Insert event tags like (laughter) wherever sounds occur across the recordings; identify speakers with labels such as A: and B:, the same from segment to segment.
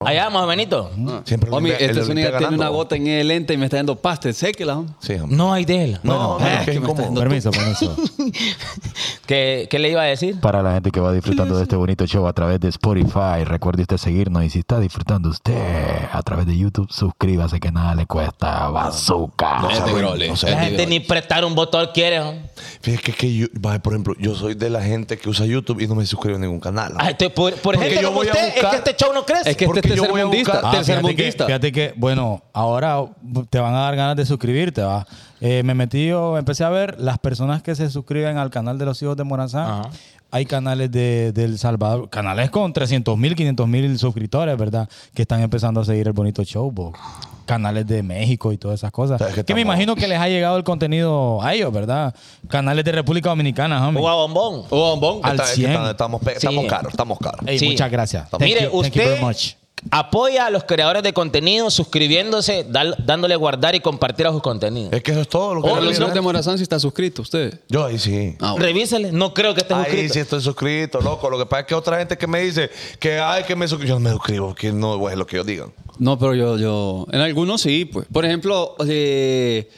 A: Allá vamos, Benito.
B: Siempre
C: Homie,
B: Olimpia- el
C: este
B: Olimpia
C: sonido tiene
B: ganando,
C: una
B: homie.
C: gota en el lente y me está dando paste. Séquela. homie.
B: Sí, homie.
A: No hay de él.
B: No, no,
C: Ah,
B: qué
C: que me está
B: incómodo.
C: No,
D: Permiso, permiso.
A: ¿Qué, ¿Qué le iba a decir?
D: Para la gente que va disfrutando de este bonito show a través de Spotify, recuerde usted seguirnos y si está disfrutando usted a través de YouTube, suscríbase que nada le cuesta bazooka.
B: No, o sea,
C: Este
B: bueno,
C: grole.
B: o sea,
A: La
B: digo,
A: gente ni prestar un botón quiere. ¿no?
B: fíjate que, que yo, vaya, por ejemplo, yo soy de la gente que usa YouTube y no me suscribo a ningún canal.
A: Ah, estoy- por por
B: Porque
A: gente
B: yo
A: como
B: voy a
A: usted, es
B: buscar-
A: que este show no crece.
C: Es que este es
B: Porque yo voy a
C: tercermundista.
B: buscar-
D: Ah, fíjate, que,
C: tercermundista.
D: fíjate que, bueno, ahora te van a dar ganas de suscribirte, ¿va? Eh, me metí o empecé a ver las personas que se suscriben al canal de los hijos de Morazán.
A: Ajá.
D: Hay canales de, de El Salvador, canales con 300 mil, 500 mil suscriptores, ¿verdad? Que están empezando a seguir el bonito show, bo. canales de México y todas esas cosas.
B: O sea, es que
D: que me
B: estamos-
D: imagino que les ha llegado el contenido a ellos, ¿verdad? Canales de República Dominicana, homie.
A: Uva bombón.
B: Oh, bombón,
D: Al
B: está- es que
D: 100.
B: está- estamos, pe-
A: Sí.
B: estamos caros, estamos caros.
D: Ey,
A: Sí.
D: Muchas gracias. Thank
A: Mire,
D: you- thank you
A: usted
D: very much.
A: apoya a los creadores de contenido suscribiéndose, dal- dándole guardar y compartir a sus contenidos.
B: Es que eso es todo lo que
C: Pero
B: yo
C: el
B: quería
C: señor de
B: ver.
C: Morazán sí está suscrito, usted.
B: Yo ahí sí.
C: Ah, bueno.
A: Revísele. No creo que esté
B: Ahí
A: suscrito.
B: sí estoy suscrito, loco. Lo que pasa es que otra gente que me dice que ay que me suscribo. Yo no me suscribo, que no güey, es lo que yo digan.
C: No, pero yo, yo. En algunos sí, pues. Por ejemplo, eh,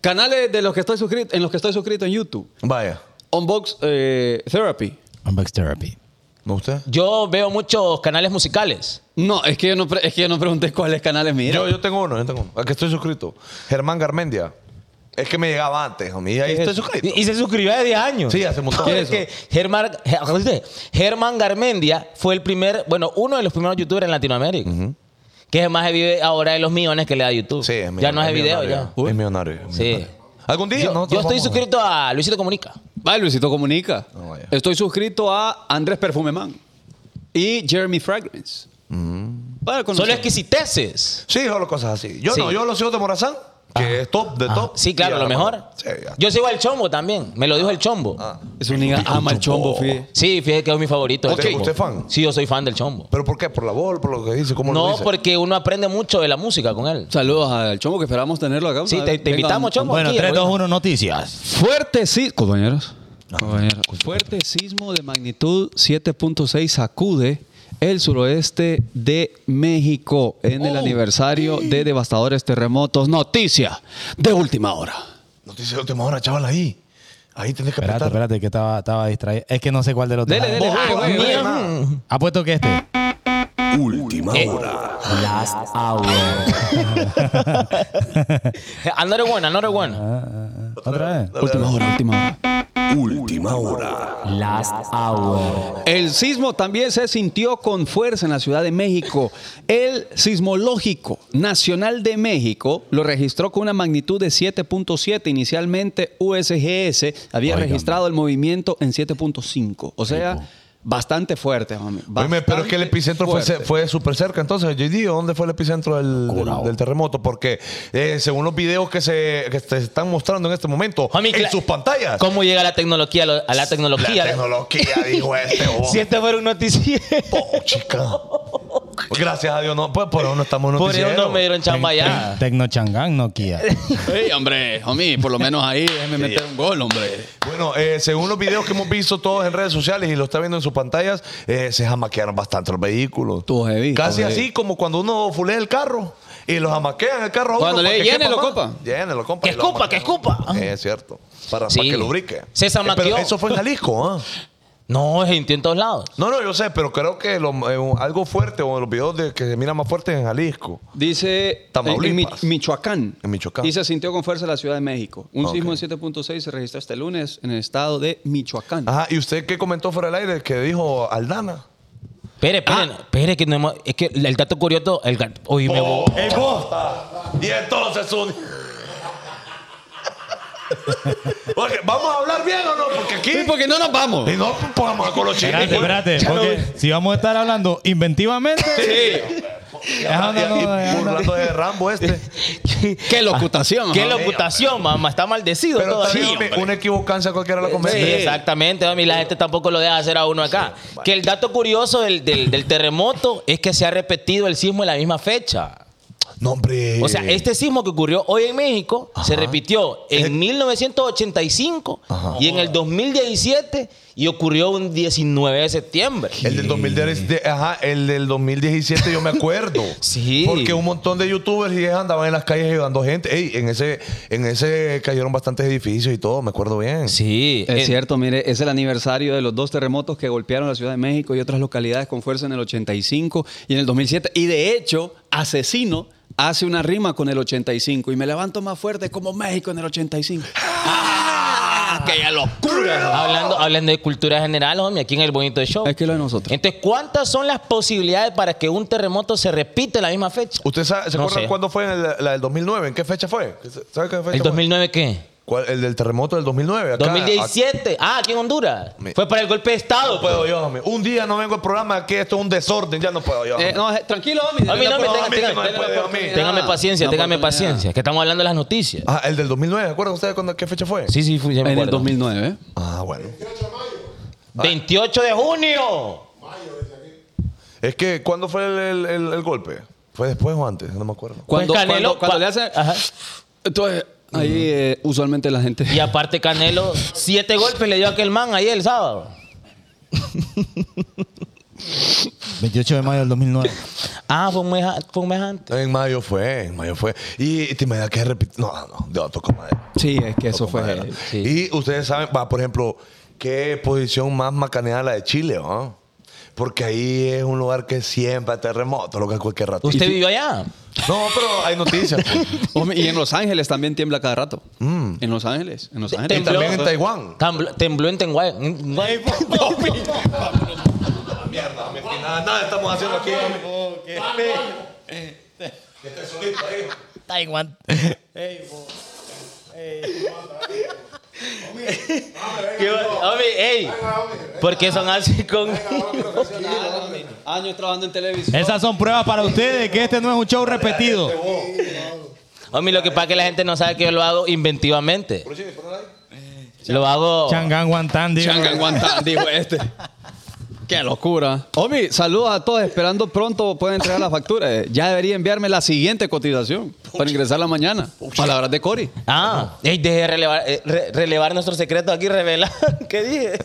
C: canales de los que estoy suscrito, en los que estoy suscrito en YouTube.
B: Vaya.
C: Unbox eh, Therapy.
D: Unbox Therapy.
B: ¿No usted?
A: Yo veo muchos canales musicales.
C: No, es que yo no, pre- es que yo no pregunté (laughs) cuáles canales mira.
B: Yo, yo tengo uno, yo tengo uno. Al que estoy suscrito. Germán Garmendia. Es que me llegaba antes, homie. Y ahí estoy suscrito.
A: Y, y se suscribió hace 10 años.
B: Sí, hace un montón.
A: Es que Germán, Ger- Germán Garmendia fue el primer, bueno, uno de los primeros youtubers en Latinoamérica. Que además vive ahora de los millones que le da YouTube.
B: Sí, es
A: ya
B: millonario,
A: no es de
B: es
A: video, ya.
B: millonario. Es millonario. es
A: Sí.
B: millonario. Algún día.
A: Yo,
B: nosotros
A: yo estoy
B: vamos a- Ah,
A: suscrito a Luisito Comunica.
C: Vale, Luisito Comunica.
B: No, vaya.
C: Estoy suscrito a Andrés Perfumeman y Jeremy Fragrance.
B: Mm.
C: Para conocer.
A: Solo exquisiteces.
B: Sí, solo cosas así. Yo
A: Sí. Ah.
B: no, yo los hijos de Morazán, que es top de top.
A: Sí, claro,
B: Y
A: lo
B: a la
A: mejor.
B: mano. Sí, ya.
A: Yo sigo al chombo también. Me lo dijo el chombo.
B: Ah.
C: Es un nigga ama el chombo, fíjate.
A: Sí, fíjate que es mi favorito. el
B: ¿Usted-
A: Chombo.
B: usted es fan?
A: Sí, yo soy fan del chombo.
B: ¿Pero por qué? ¿Por la voz? ¿Por lo que dice? ¿Cómo lo
A: No,
B: dice?
A: porque uno aprende mucho de la música con él.
C: Saludos al chombo que esperamos tenerlo acá.
A: Sí, te- te
C: Venga,
A: invitamos,
C: un-
A: Chombo.
D: Bueno,
A: aquí,
D: 3,
A: oiga.
D: 2, 1, noticias.
C: Fuerte sismo. Compañeros. Compañeros. Fuerte sismo de magnitud 7.6 sacude el suroeste de México en
A: Oh.
C: el aniversario de devastadores terremotos. Noticia de última hora.
B: Noticia de última hora, chaval, ahí. Ahí tenés que
D: Espérate,
B: apretar.
D: espérate, que estaba, estaba distraído. Es que no sé cuál de los dos.
C: Dele, dele,
A: Ah,
C: dele, dele, dele.
A: (laughs) mierda.
D: Apuesto que este.
E: Última hora.
A: Last hour. another one, another one.
D: Otra vez.
C: Última hora, última hora.
E: Última hora.
A: Last hour.
C: El sismo también se sintió con fuerza en la Ciudad de México. El Sismológico Nacional de México lo registró con una magnitud de 7.7. Inicialmente USGS había
D: Oigan.
C: registrado el movimiento en 7.5. O sea, bastante fuerte, mami.
B: Oíme, pero es que el
C: Bastante
B: epicentro fue,
C: fuerte.
B: fue súper cerca. Entonces, JD, ¿dónde fue el epicentro del, del, del terremoto? Porque eh, según los videos que se que te están mostrando en este momento
A: Homie,
B: en
A: cla-
B: sus pantallas,
A: ¿Cómo llega la tecnología a lo- a la tecnología?
B: la tecnología
A: (laughs)
B: dijo este. vos.
A: Si este fuera un noticiero.
B: Oh, chica. Gracias a Dios, no, pues por eso no estamos en un
A: Por eso
B: noticiero.
A: no me dieron chamba ya.
D: Tecnochangán, Nokia.
C: Ey, hombre, homie, por lo menos ahí déjeme meter un gol, hombre.
B: Bueno, eh, según los videos que hemos visto todos en redes sociales y lo está viendo en sus pantallas, eh, se jamaquearon bastante los vehículos.
C: Estuvo heavy,
B: Casi
C: estuvo
B: así
C: heavy.
B: como cuando uno fulea el carro y lo jamaquean el carro. a uno
C: Cuando
B: para
C: le
B: que
C: llene,
B: quepa
C: lo
B: más.
C: copa.
B: Llene, lo copa.
A: Que
B: y lo
A: escupa,
B: jamaquean.
A: que escupa.
B: Sí, es cierto. Para,
A: Sí.
B: para que lubrique. Eh,
A: Se zamaqueó.
B: Pero eso fue en Jalisco, ¿ah?
A: No, es en todos lados.
B: No, no, yo sé, pero creo que lo- eh, algo fuerte o los videos de, que se mira más fuerte es en Jalisco.
C: Dice
B: Tamaulipas.
C: en Mich- Michoacán.
B: En Michoacán.
C: Y se sintió con fuerza en la Ciudad de México. Un
B: Ok.
C: sismo de 7.6 se registró este lunes en el estado de Michoacán.
B: Ajá, ¿y usted qué comentó fuera del aire? Que dijo Aldana.
A: Espere,
B: Ah.
A: espere, espere, que no hemos- es que el dato curioso, el gat- Uy,
B: Oh,
A: me voy.
B: Y entonces un... Porque, ¿Vamos a hablar bien o no? Porque aquí...
C: Sí, porque no nos vamos.
B: Y no pongamos con los chicos.
D: Espérate, espérate. Porque si vamos a estar hablando inventivamente. Ya, Ah, no, no, ya, no.
B: Burlando de Rambo este.
C: Qué locutación.
A: Qué
C: ajá.
A: locutación, mamá. Está maldecido
B: Pero
A: todo
B: está bien,
A: aquí.
B: hombre, una equivocancia cualquiera la
A: Sí,
B: comete.
A: exactamente, mami. La gente tampoco lo deja hacer a uno acá. Que el dato curioso del, del- del terremoto es que se ha repetido el sismo en la misma fecha.
B: No, hombre.
A: O sea, este sismo que ocurrió hoy en México se repitió en 1985 y en el 2017 y ocurrió un 19 de septiembre.
B: El del, 2010 de- ajá, el del 2017 yo me acuerdo.
A: Sí.
B: Porque un montón de youtubers y ellas andaban en las calles ayudando gente. Ey, en ese, en ese cayeron bastantes edificios y todo, me acuerdo bien.
A: Sí,
C: Es
A: eh,
C: cierto, mire, es el aniversario de los dos terremotos que golpearon la Ciudad de México y otras localidades con fuerza en el 85 y en el 2007. Y de hecho, Asesino hace una rima con el 85 y me levanto más fuerte como México en el 85.
A: ¡Ah! ¡Qué ya locura! Hablando, hablando de cultura general, hombre, aquí en el bonito show.
C: Es que lo de nosotros.
A: Entonces, ¿cuántas son las posibilidades para que un terremoto se repita en la misma fecha?
B: ¿Usted sabe, se
A: No
B: acuerdan
A: sé.
B: cuándo fue el- la del 2009? ¿En qué fecha fue? ¿Sabe qué fecha
A: ¿El
B: fue?
A: 2009 qué?
B: ¿Cuál? El del terremoto del 2009. acá.
A: 2017. Ah, aquí en Honduras.
B: Me-
A: Fue para el golpe de Estado. pues.
B: No puedo yo, homie. Un día no vengo al programa, que esto es un desorden, ya no puedo yo.
C: Eh,
B: homie.
C: no, eh, tranquilo, homie.
A: Homie, no,
C: Dale la
A: homie,
C: oportunidad,
A: tenga- tenga-
C: dale la
B: tenga- tenga-
C: oportunidad.
A: Téngame paciencia,
C: La
A: téngame
C: oportunidad.
A: paciencia, que estamos hablando de las noticias.
B: Ah, el del 2009, ¿se acuerdan ustedes cuándo, qué fecha fue?
A: Sí, sí, fui, ya me
C: En el
A: acuerdo.
C: 2009. ¿eh?
B: Ah, bueno.
A: 28 de junio.
B: Es que, ¿cuándo fue el, el- el- el golpe? ¿Fue después o antes? No me acuerdo.
C: Cuando,
A: Pues Canelo-
C: cuando, cuando le hacen...
A: Ajá.
C: Entonces, ahí eh, usualmente la gente...
A: Y aparte Canelo, siete golpes le dio a aquel man ayer el sábado.
D: 28 de mayo del 2009.
A: Ah, fue un mes, a- fue un mes antes.
B: En mayo fue, en mayo fue. Y te imaginas que repite. No, no, de toco madera.
C: Sí, es que eso
B: toco madera.
C: fue... sí.
B: Y ustedes saben, va, por ejemplo, qué posición más macaneada la de Chile, ¿no? Porque ahí es un lugar que siempre hay terremoto, lo que cualquier rato.
A: ¿Usted vivió allá?
B: No, pero hay noticias.
A: (laughs)
B: pues.
C: Hombre, y en Los Ángeles también tiembla cada rato. En Los Ángeles. En Los Ángeles.
B: y también en Taiwán.
A: Tembló, tembló en Tenguay. En- en-
B: Mierda, nada, nada estamos haciendo aquí. Que estés solito ahí.
D: Taiwán.
A: ¿Qué va- Homie, ey, ¿por qué son así con...
C: Años trabajando en televisión.
D: Esas son pruebas para ustedes que este no es un show repetido.
A: Homie, lo que pasa es que la gente no sabe que yo lo hago inventivamente. Eh, Lo hago...
D: Changán Guantán, digo.
C: Changan Guantán, dijo este. Qué locura. Omi, saludos a todos. Esperando pronto pueden entregar la factura. Eh, Ya debería enviarme la siguiente cotización para ingresar la mañana. Palabras de Cori.
A: Ah, ey, deje de relevar, eh, re- relevar nuestro secreto aquí, revelar. (laughs) ¿Qué dije?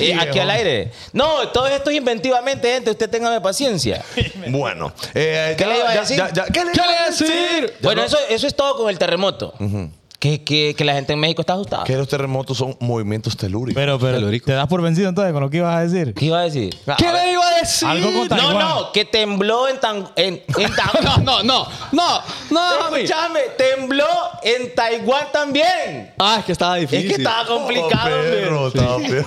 A: Eh, aquí al aire. No, todo esto es inventivamente, gente. Usted téngame paciencia.
B: Bueno, eh,
A: ¿Qué
B: ya-
A: le iba a
B: ya-
A: decir?
B: ya- ya- ¿Qué le
C: ¿Qué le decir?
A: bueno, eso, eso es todo con el terremoto. que, que- que la gente en México está asustada.
B: Que los terremotos son movimientos telúricos.
D: Pero, pero,
C: Calórico.
D: ¿te das por vencido entonces con lo que ibas a decir?
A: ¿Qué iba a decir?
C: ¿Qué le iba a decir?
D: Algo con
A: No,
D: Taiwán.
A: no, que tembló en tan. En, en tan-
C: (laughs) No, no, no. No, (laughs) no, Omi.
A: Escúchame, tembló en Taiwán también.
C: Ah, es que estaba
A: Es
C: difícil.
A: que estaba complicado,
B: Oh,
A: hombre.
B: perro, estaba perro.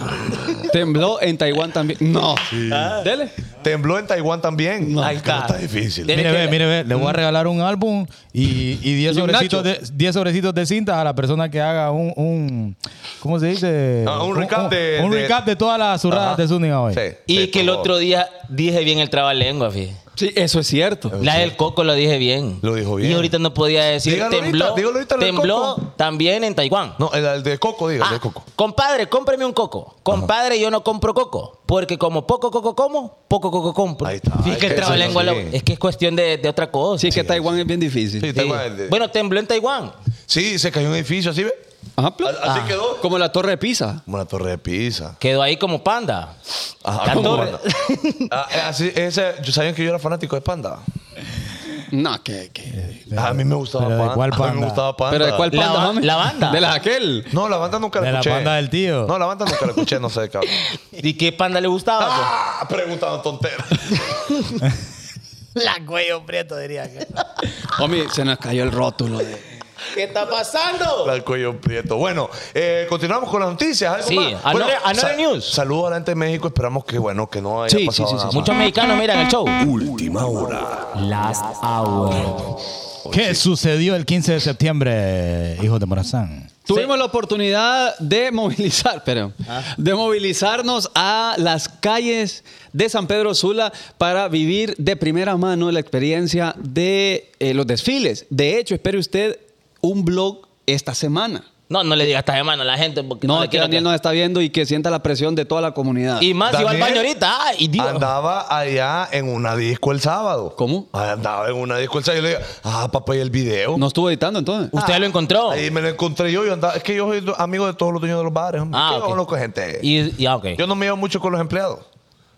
C: Tembló en Taiwán también. No. Ah, Dele.
B: Tembló en Taiwán también.
A: Ahí
B: Ay, cara,
A: está. Eh.
B: está difícil.
A: Tiene-
D: Mire,
A: que-
D: ve, mire, ve, le voy a regalar un álbum y, y 10
C: Y un
D: sobrecitos
C: nacho.
D: de 10 sobrecitos de cintas a la persona que haga un, un ¿cómo se dice?
B: Ah, un recap de-
D: un
B: de-
D: recap de todas las
B: Ajá.
D: zurradas de Zúñiga hoy.
B: Sí,
A: Y
B: sí,
A: que el
B: por
A: otro
B: favor.
A: día dije bien el trabalengua, fíjate.
C: Sí, eso es cierto.
A: La del coco lo dije bien.
B: Lo dijo bien.
A: Y ahorita no podía decir.
B: Dígalo ahorita,
A: tembló
B: dígalo ahorita lo del
A: tembló
B: coco.
A: también en Taiwán.
B: No, el, el de Coco, diga, el
A: Ah,
B: de Coco.
A: Compadre, cómpreme un coco. Compadre, yo no compro coco. Porque como poco coco como, poco coco compro.
B: Ahí está.
A: Sí, que
B: Ay,
A: el
B: que eso
A: trabalengua
B: no
A: lo-
B: sé.
A: es que es cuestión de, de otra cosa.
C: Sí, es que Taiwán es bien difícil.
B: Sí,
A: Sí.
B: Taiwán, el de-
A: Bueno, tembló en Taiwán.
B: sí, se cayó un edificio, ¿sí ve?
C: Ajá, plop.
B: A- Así
A: Ah.
B: quedó.
C: Como la Torre de Pisa.
B: Como una torre de pizza.
A: Quedó ahí como panda.
B: Ajá,
A: La
B: ¿cómo
A: torre.
B: anda? Ah, eh, así, ese, yo- ¿Sabían que yo era fanático de Panda?
C: No, que. que-
B: a mí me gustaba
D: pero ¿de
B: Panda.
D: cuál
B: A mí
D: Panda?
B: me gustaba Panda.
C: ¿Pero de cuál
A: La
C: panda,
A: ba-
C: mami?
A: la banda.
C: De la aquel.
B: No, la banda nunca la
D: De la
B: escuché.
D: banda del tío.
B: No, la banda nunca la escuché, no sé de qué hablo.
A: (laughs) ¿Y qué panda le gustaba? pues?
B: ¡Ah! Preguntando
D: (laughs)
B: tonteras.
C: Homie, se nos cayó el rótulo. de-
A: ¿Qué está pasando?
B: Al cuello prieto. Bueno, eh, continuamos con las noticias. ¿algo
A: Sí,
B: más?
A: another-
B: Bueno,
A: another
B: sa-
A: news.
B: Saludos a la gente de México. Esperamos que, bueno, que no haya
C: Sí,
B: pasado
C: sí, sí,
B: nada más.
C: sí,
A: Muchos mexicanos miran el show.
E: Última hora.
F: Last Hour.
D: ¿Qué sucedió el 15 de septiembre, hijos de Morazán?
C: Tuvimos la oportunidad de movilizar, (laughs) pero
A: Ah.
C: de movilizarnos a las calles de San Pedro Sula para vivir de primera mano la experiencia de eh, los desfiles. De hecho, espere usted un blog esta semana.
A: No, no le digas esta semana a la gente porque
C: No,
A: le
C: que
A: quiero
C: Daniel nos está viendo y que sienta la presión de toda la comunidad.
A: Y más, si va al
B: Daniel
A: baño ahorita. ah, y Dios.
B: Andaba allá en una disco el sábado.
C: ¿Cómo?
B: Andaba en una disco el sábado. Yo le digo, ah, papá, ¿y el video?
C: No estuvo editando entonces.
A: ¿Usted lo encontró?
B: Ahí me lo encontré yo. yo andaba- es que yo soy do- amigo de todos los dueños de los bares. hombre.
A: Ah,
B: Yo
A: ok.
B: hablo con gente.
A: Y, y- ah, ok.
B: Yo no me llevo mucho con los empleados.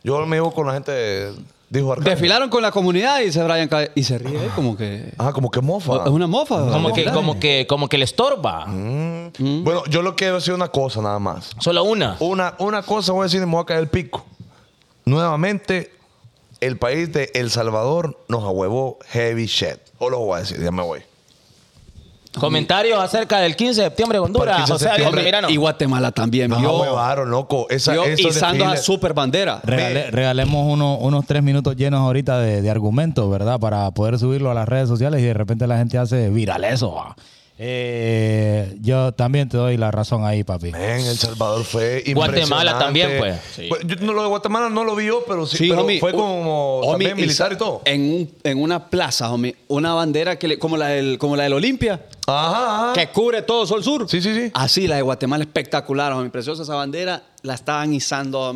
B: Yo me llevo con la gente, de- dijo Arcángel.
C: Desfilaron con la comunidad y se Brian Ca- y se ríe como que
B: Ah, como que mofa.
C: es una mofa.
A: como,
C: Brian
A: que,
C: Ca-
A: como, que, como que le estorba.
B: Mm. Bueno, yo lo quiero decir una cosa nada más.
A: Solo una.
B: Una, una cosa voy a decir y me voy a caer el pico. Nuevamente, el país de El Salvador nos ahuevó heavy shit. O lo voy a decir, ya me voy.
A: Comentarios acerca del 15 de septiembre de
B: Para
A: Honduras.
B: el 15 de
A: José Javier
B: septiembre.
A: Altamirano.
C: Y Guatemala también
B: Nos
C: vio,
B: ahuevaron, loco. Esa,
C: vio
B: esos
C: izando a
B: desfiles-
C: super bandera.
D: Regale- regalemos uno- unos tres minutos llenos ahorita de, de argumentos, ¿verdad? Para poder subirlo a las redes sociales y de repente la gente hace viral eso. va. Eh, yo también te doy la razón ahí, papi.
B: Men, El Salvador fue impresionante.
A: Guatemala también, pues. Sí.
B: Yo no, lo de Guatemala no lo vi yo, pero sí,
C: Sí,
B: pero
C: homie,
B: fue
C: u-
B: como
C: homie,
B: también militar y
C: sa-
B: todo.
A: eh,
C: En, un- en una plaza, homie, una bandera que le- como la del como la del Olimpia,
B: Ajá, ajá.
C: que cubre todo Sol Sur.
B: Ah. Sí, sí, sí.
C: Así la de Guatemala espectacular, homie, preciosa esa bandera, la estaban izando a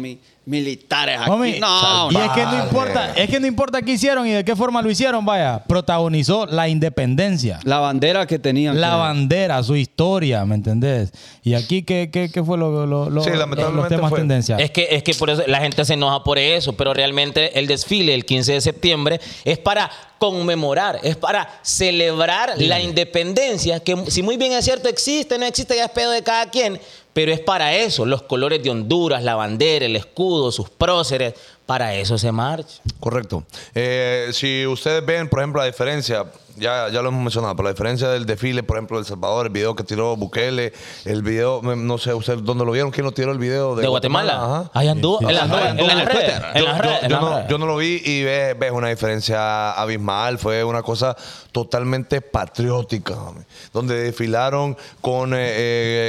C: militares aquí.
D: Homie,
C: no,
D: y
C: no.
D: es que no
B: Salvaje.
D: importa, es que no importa qué hicieron y de qué forma lo hicieron, vaya, protagonizó la independencia.
C: la bandera que tenían.
D: La
C: que-
D: bandera, su historia, ¿me entendés? Y aquí, ¿qué, qué, qué fue lo, lo- lo-
B: Sí,
D: los
B: lamentablemente
D: temas
B: fue.
D: tendencia?
A: Es que, es que por eso la gente se enoja por eso, pero realmente el desfile el 15 de septiembre es para conmemorar, es para celebrar la independencia, que si muy bien es cierto existe, no existe, ya es pedo de cada quien, pero es para eso, los colores de Honduras, la bandera, el escudo, sus próceres, para eso se marcha.
B: Correcto. Eh, si ustedes ven, por ejemplo, la diferencia, ya, ya lo hemos mencionado, pero la diferencia del desfile, por ejemplo, de El Salvador, el video que tiró Bukele, el video, me- no sé, ustedes dónde lo vieron, quién lo tiró el video de,
A: ¿De, Guatemala?
B: Ajá.
A: Ahí anduvo, en las
B: Ajá,
A: redes, en
B: anduvo
A: las
B: en
A: redes,
B: Twitter.
A: en
B: Yo-
A: las
B: yo-
A: redes, en
B: yo
A: las
B: no-
A: redes.
B: Yo no lo vi y ves, ves una diferencia abismal. Fue una cosa totalmente patriótica, homie, donde desfilaron con eh,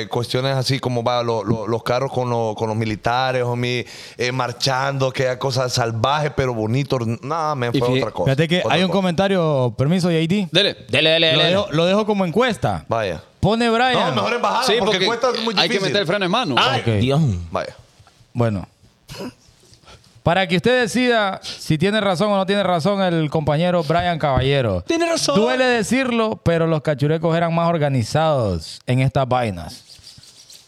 B: eh, cuestiones así como va, lo- lo- los carros con, lo- con los militares, homie, eh, marchando, que era cosa salvaje pero bonito. Nada, me
C: Y
B: fue
C: fí-
B: otra cosa.
D: Fíjate que
B: otra
D: hay un
B: cosa.
D: comentario, permiso, JD.
C: Dele.
A: Dele, dele,
D: Lo
A: dele.
D: dejo, lo dejo como encuesta.
B: Vaya.
D: Pone Brian.
B: No, mejor embajada,
C: Sí,
B: Ah, porque,
C: porque,
B: cuesta muy difícil. Ah,
C: hay que meter el freno en mano.
A: Ay,
D: Ok.
A: Dios.
B: Vaya.
D: Bueno. Para que usted decida si tiene razón o no tiene razón el compañero Brian Caballero.
C: Tiene razón.
D: Duele decirlo, pero los cachurecos eran más organizados en estas vainas.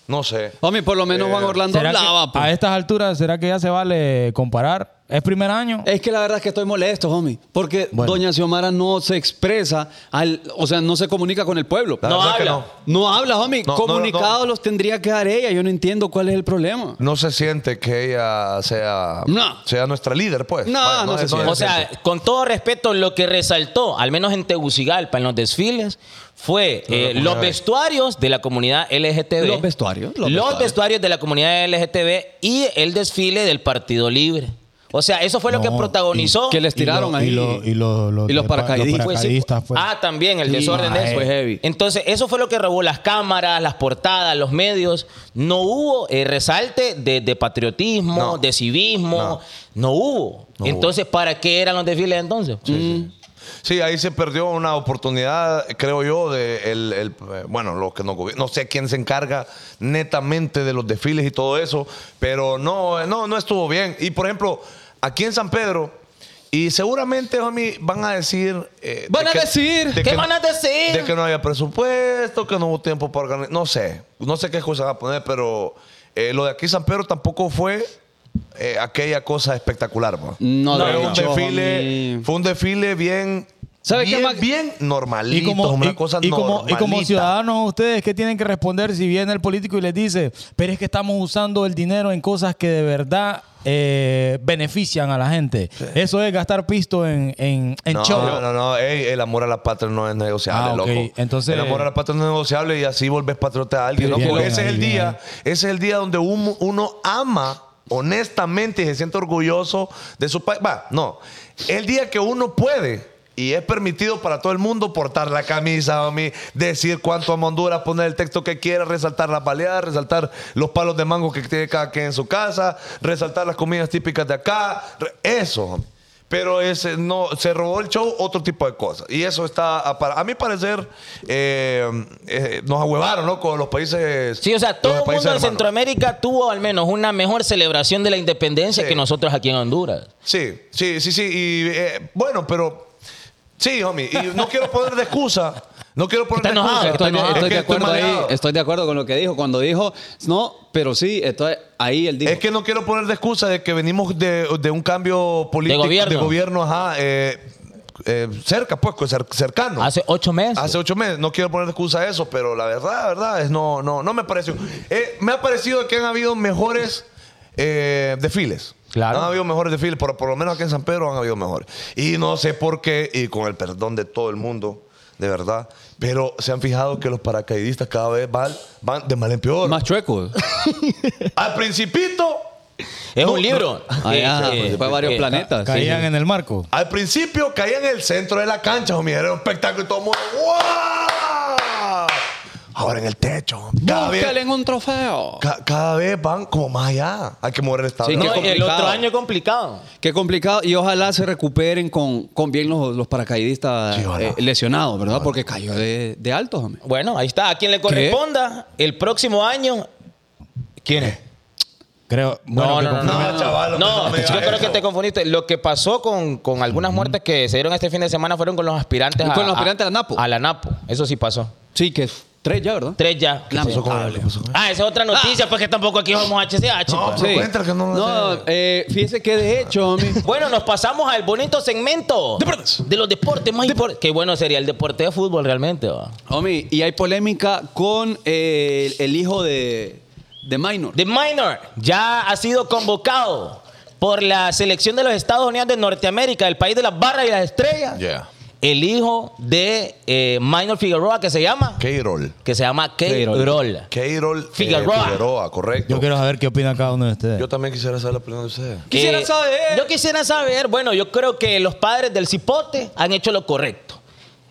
B: No sé.
C: Homie, por lo menos Juan Orlando
D: Eh, ¿Será que
C: hablaba. pues.
D: a este estas alturas, ¿será que ya se vale comparar? ¿Es primer año?
C: Es que la verdad es que estoy molesto, homie. Porque
D: Bueno.
C: doña Xiomara no se expresa, al, o sea, no se comunica con el pueblo.
B: La
A: No
B: verdad que
A: habla.
C: No habla, homie.
B: No, no,
C: Comunicados
B: no.
C: los tendría que dar ella. Yo no entiendo cuál es el problema.
B: No se siente que ella sea,
C: No.
B: sea nuestra líder, pues.
C: No, no se
B: es-
C: siente.
A: O sea, con todo respeto, lo que resaltó, al menos en Tegucigalpa, en los desfiles, fue eh,
B: comunidad.
A: los vestuarios de la comunidad LGTB.
C: Los vestuarios, los
A: Los,
C: vestuarios.
A: vestuarios. de la comunidad LGTB y el desfile del Partido Libre. O sea, eso fue lo que
D: No,
A: protagonizó.
C: Que les tiraron ahí.
D: Y, lo- y lo- lo-
C: Y los
D: de-
C: paracaidistas.
A: Pues sí,
D: paracaidistas, pues.
A: Ah, también, el
C: Sí,
A: desorden de
C: mae.
A: eso.
C: Fue heavy.
A: Entonces, eso fue lo que robó las cámaras, las portadas, los medios. No hubo eh, resalte de, de patriotismo,
B: No.
A: de civismo.
B: No.
A: No, hubo.
B: No
A: entonces, ¿para qué eran los desfiles entonces? Mm.
B: Sí, ahí se perdió una oportunidad, creo yo, de el, el- eh, bueno, los que no gobier- no sé quién se encarga netamente de los desfiles y todo eso, pero no, eh, no, no estuvo bien. Y por ejemplo, aquí en San Pedro, y seguramente, homie, van a decir. eh,
C: Van
B: de
C: a decir,
A: ¿qué van a decir?
B: De que no había presupuesto, que no hubo tiempo para organizar. No sé, no sé qué excusa van a poner, pero eh, lo de aquí en San Pedro tampoco fue eh, aquella cosa espectacular, ¿no?
C: No,
B: fue
C: de
B: un
C: hecho,
B: desfile,
C: homie.
B: fue un desfile bien,
C: ¿Sabe qué,
B: bien,
C: Mac?
B: bien normalito,
D: y como,
B: una
D: y-
B: cosa
D: y como- y como
B: normalita.
D: ciudadanos, ustedes que tienen que responder si viene el político y les dice, pero es que estamos usando el dinero en cosas que de verdad eh, benefician a la gente. Eso es gastar pisto en, en, en
B: No,
D: show.
B: no, no, no, ey, el amor a la patria no es negociable,
D: Ah, ok.
B: loco.
D: Entonces-
B: el amor a la patria no es negociable y así volvés patriota a alguien,
D: Bien,
B: loco.
D: bien
B: ese
D: ahí,
B: es el
D: bien
B: día, ese es el día donde uno, uno ama honestamente y se siente orgulloso de su país. Va, no, el día que uno puede. Y es permitido para todo el mundo portar la camisa, mí, decir cuánto ama Honduras, poner el texto que quiera, resaltar las baleadas, resaltar los palos de mango que tiene cada quien en su casa, resaltar las comidas típicas de acá. re- Eso, homie. Pero ese no, se robó el show otro tipo de cosas. Y eso está, a, para- a mi parecer, eh, eh, nos ahuevaron, loco, los países.
A: Sí, o sea,
B: los
A: todo el mundo
B: países
A: en
B: hermanos.
A: Centroamérica tuvo al menos una mejor celebración de la independencia
B: Sí.
A: que nosotros aquí en Honduras.
B: Sí, sí, sí, sí. Y eh, bueno, pero. Sí, homie. Y no quiero poner de excusa. No quiero poner
A: Está
B: de
A: enojado,
B: excusa.
A: está
C: Estoy,
A: enojado.
B: Es
C: estoy
B: que
C: de acuerdo ahí,
B: mareado.
C: estoy de acuerdo con lo que dijo. Cuando dijo, no, pero sí, estoy, ahí él dijo.
B: Es que no quiero poner de excusa de que venimos de, de un cambio político.
A: gobierno.
B: ajá. eh, eh, cerca, pues, que cer- cercano.
A: Hace ocho meses.
B: Hace ocho meses. No quiero poner de excusa a eso, pero la verdad, la verdad, es no, no, no me pareció. Eh, me ha parecido que han habido mejores eh, desfiles.
D: Claro.
B: Han habido mejores desfiles, por, por lo menos aquí en San Pedro han habido mejores. Y no sé por qué, y con el perdón de todo el mundo, de verdad, pero se han fijado que los paracaidistas cada vez van, van de mal en peor. (laughs)
C: Más chueco.
B: Al principito,
A: Es
B: No,
A: un libro. Eh,
C: no. Allá, fue a varios planetas.
D: Caían en el marco.
B: al principio caía en el centro de la cancha, homie. Era un espectáculo y todo el mundo, ¡guau! Ahora en el techo. homie. Cada vez-
C: Búscale en un trofeo.
B: Ca- cada vez van como más allá. Hay que mover el estado.
C: Sí,
A: No,
C: Qué
A: el
C: complicado.
A: otro año es complicado.
C: Qué complicado. Y ojalá se recuperen con, con bien los, los paracaidistas
B: Sí, ojalá.
C: eh, lesionados, ¿verdad? Porque cayó de, de alto, hombre.
A: Bueno, ahí está. A quien le corresponda, el próximo año. ¿Quién es?
D: Creo. bueno, que
A: no, no,
D: confirme.
A: no,
B: No, chaval, hombre,
A: No,
B: no me
A: yo
B: digas
A: creo que
B: eso.
A: te confundiste. Lo que pasó con, con algunas muertes que se dieron este fin de semana fueron con los aspirantes
C: Con
A: a,
C: los aspirantes a la NAPO.
A: A la NAPO. Eso sí pasó.
C: Sí, que es tres ya, ¿verdad?
A: Tres ya.
C: Lamentable.
A: Ah, esa es otra noticia, pues que tampoco aquí vamos a HCH.
B: No,
A: pues.
B: sí. Cuéntale que no lo sé.
C: eh, fíjese que de hecho, homie,
A: Bueno, nos pasamos al bonito segmento
C: Deportes.
A: de los deportes más importantes. Qué bueno sería el deporte de fútbol realmente. va.
C: homie, y hay polémica con eh, el, el hijo de, de Minor.
A: The Minor ya ha sido convocado por la selección de los Estados Unidos de Norteamérica, el país de las barras y las estrellas.
B: Yeah.
A: El hijo de eh, Minor Figueroa, que se llama,
B: Keirol.
A: que se llama Kate
C: Keirol.
A: Roll.
B: Keirol eh,
A: Figueroa.
B: Figueroa, correcto.
D: Yo quiero saber qué opina cada uno de ustedes.
B: Yo también quisiera saber la opinión de ustedes.
C: Quisiera saber.
A: Eh, Yo quisiera saber, bueno, yo creo que los padres del cipote han hecho lo correcto.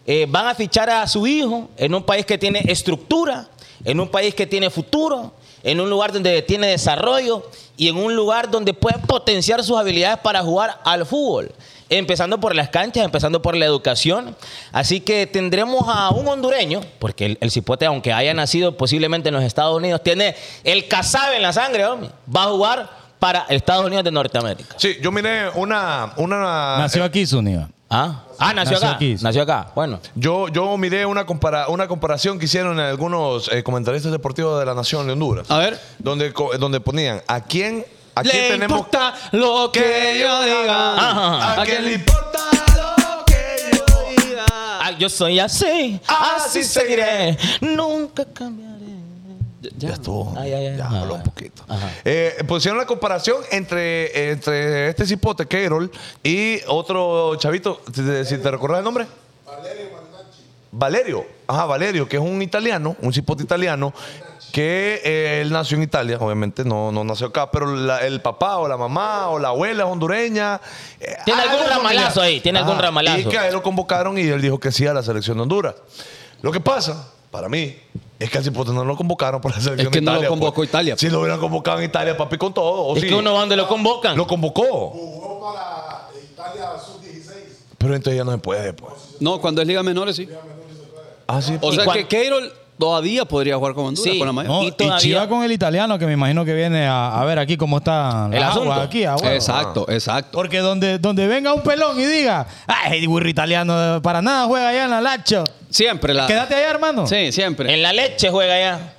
A: Eh, van a fichar a su hijo en un país que tiene estructura, en un país que tiene futuro, en un lugar donde tiene desarrollo y en un lugar donde puede potenciar sus habilidades para jugar al fútbol. Empezando por las canchas, empezando por la educación. Así que tendremos a un hondureño, porque el, el cipote, aunque haya nacido posiblemente en los Estados Unidos, tiene el cazabe en la sangre, homie. va a jugar para Estados Unidos de Norteamérica.
B: Sí, yo miré una. una eh,
D: Nació aquí, Zúñiga.
A: Ah, ah nació,
D: Nació
A: acá.
D: aquí.
A: Nació acá. Bueno.
B: yo, yo miré una, compara- una comparación que hicieron en algunos eh, comentaristas deportivos de la Nación de Honduras.
C: A ver.
B: Donde, co- donde ponían a quién. ¿A
C: Ah. Le
B: quién tenemos
C: importa lo que yo diga. Ah,
A: Ajá.
B: ¿A quién le importa lo que yo diga?
A: Ah, yo soy así. Así
B: Así
A: seguiré. Nunca cambiaré.
C: Ya,
B: estuvo.
A: Ay, ay, ay.
B: Ya
A: Ah,
B: habló
A: bueno.
B: un poquito.
A: Ajá.
B: Eh, pusieron la comparación entre, entre este cipote, Keirol, y otro chavito, si te, si te recordás el nombre. Valerio. Ajá, Valerio, que es un italiano, un cipote italiano, que eh, él nació en Italia, obviamente, no, no nació acá, pero la- el papá o la mamá o la abuela es hondureña. eh,
A: Tiene algún
B: algo familiar.
A: ramalazo ahí, tiene algún ramalazo.
B: Y que a él lo convocaron y él dijo que sí a la selección de Honduras. Lo que pasa, para mí, es que al cipote no lo convocaron para la selección
C: Es que
B: de
C: no lo
B: Italia,
C: convocó
B: pues.
C: Italia,
B: Si lo hubieran convocado en Italia, papi, con todo. o
A: es
B: sí.
A: que uno va donde lo convocan.
B: Lo convocó.
G: jugó para Italia sub-16.
B: Pero entonces ya no se puede, pues.
C: No, cuando es Liga Menores, sí.
B: Ah, sí.
C: O
A: ¿Y
C: sea
A: cuán-
C: que Keirol todavía podría jugar con Honduras,
A: Sí.
C: con la mayor.
D: No,
A: Y
D: y,
A: todavía-
D: Chiva con el italiano, que me imagino que viene a, a ver aquí cómo está
A: El asunto.
D: aquí,
B: Ah,
D: a huevo.
C: exacto, exacto.
D: Porque donde, donde venga un pelón y diga, ay, el burro italiano para nada juega allá en la Lacho.
C: Siempre la.
D: Quédate allá, hermano.
C: Ah. Sí, siempre.
A: En la leche juega ya.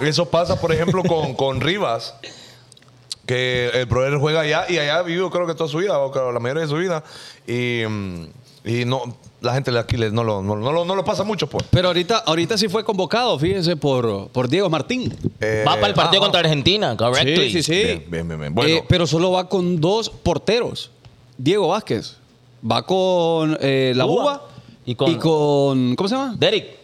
B: Eso pasa, por ejemplo, con, con Rivas. Que el brother juega allá y allá ha vivido creo que toda su vida, o creo, la mayoría de su vida. Y, mm, y no, la gente de aquí le- no lo, no, no lo, no lo pasa mucho, pues.
C: Pero ahorita, ahorita sí fue convocado, fíjese, por, por Diego Martín.
B: Eh,
A: va para el partido
B: ah,
A: contra Argentina, correcto.
C: Sí, sí, sí.
B: Bien, bien, bien, bien. Bueno.
C: Eh, pero solo va con dos porteros. Diego Vázquez. Va con eh, la
A: Uva.
C: Uva
A: Y con-
C: ¿Cómo se llama?
A: Derek.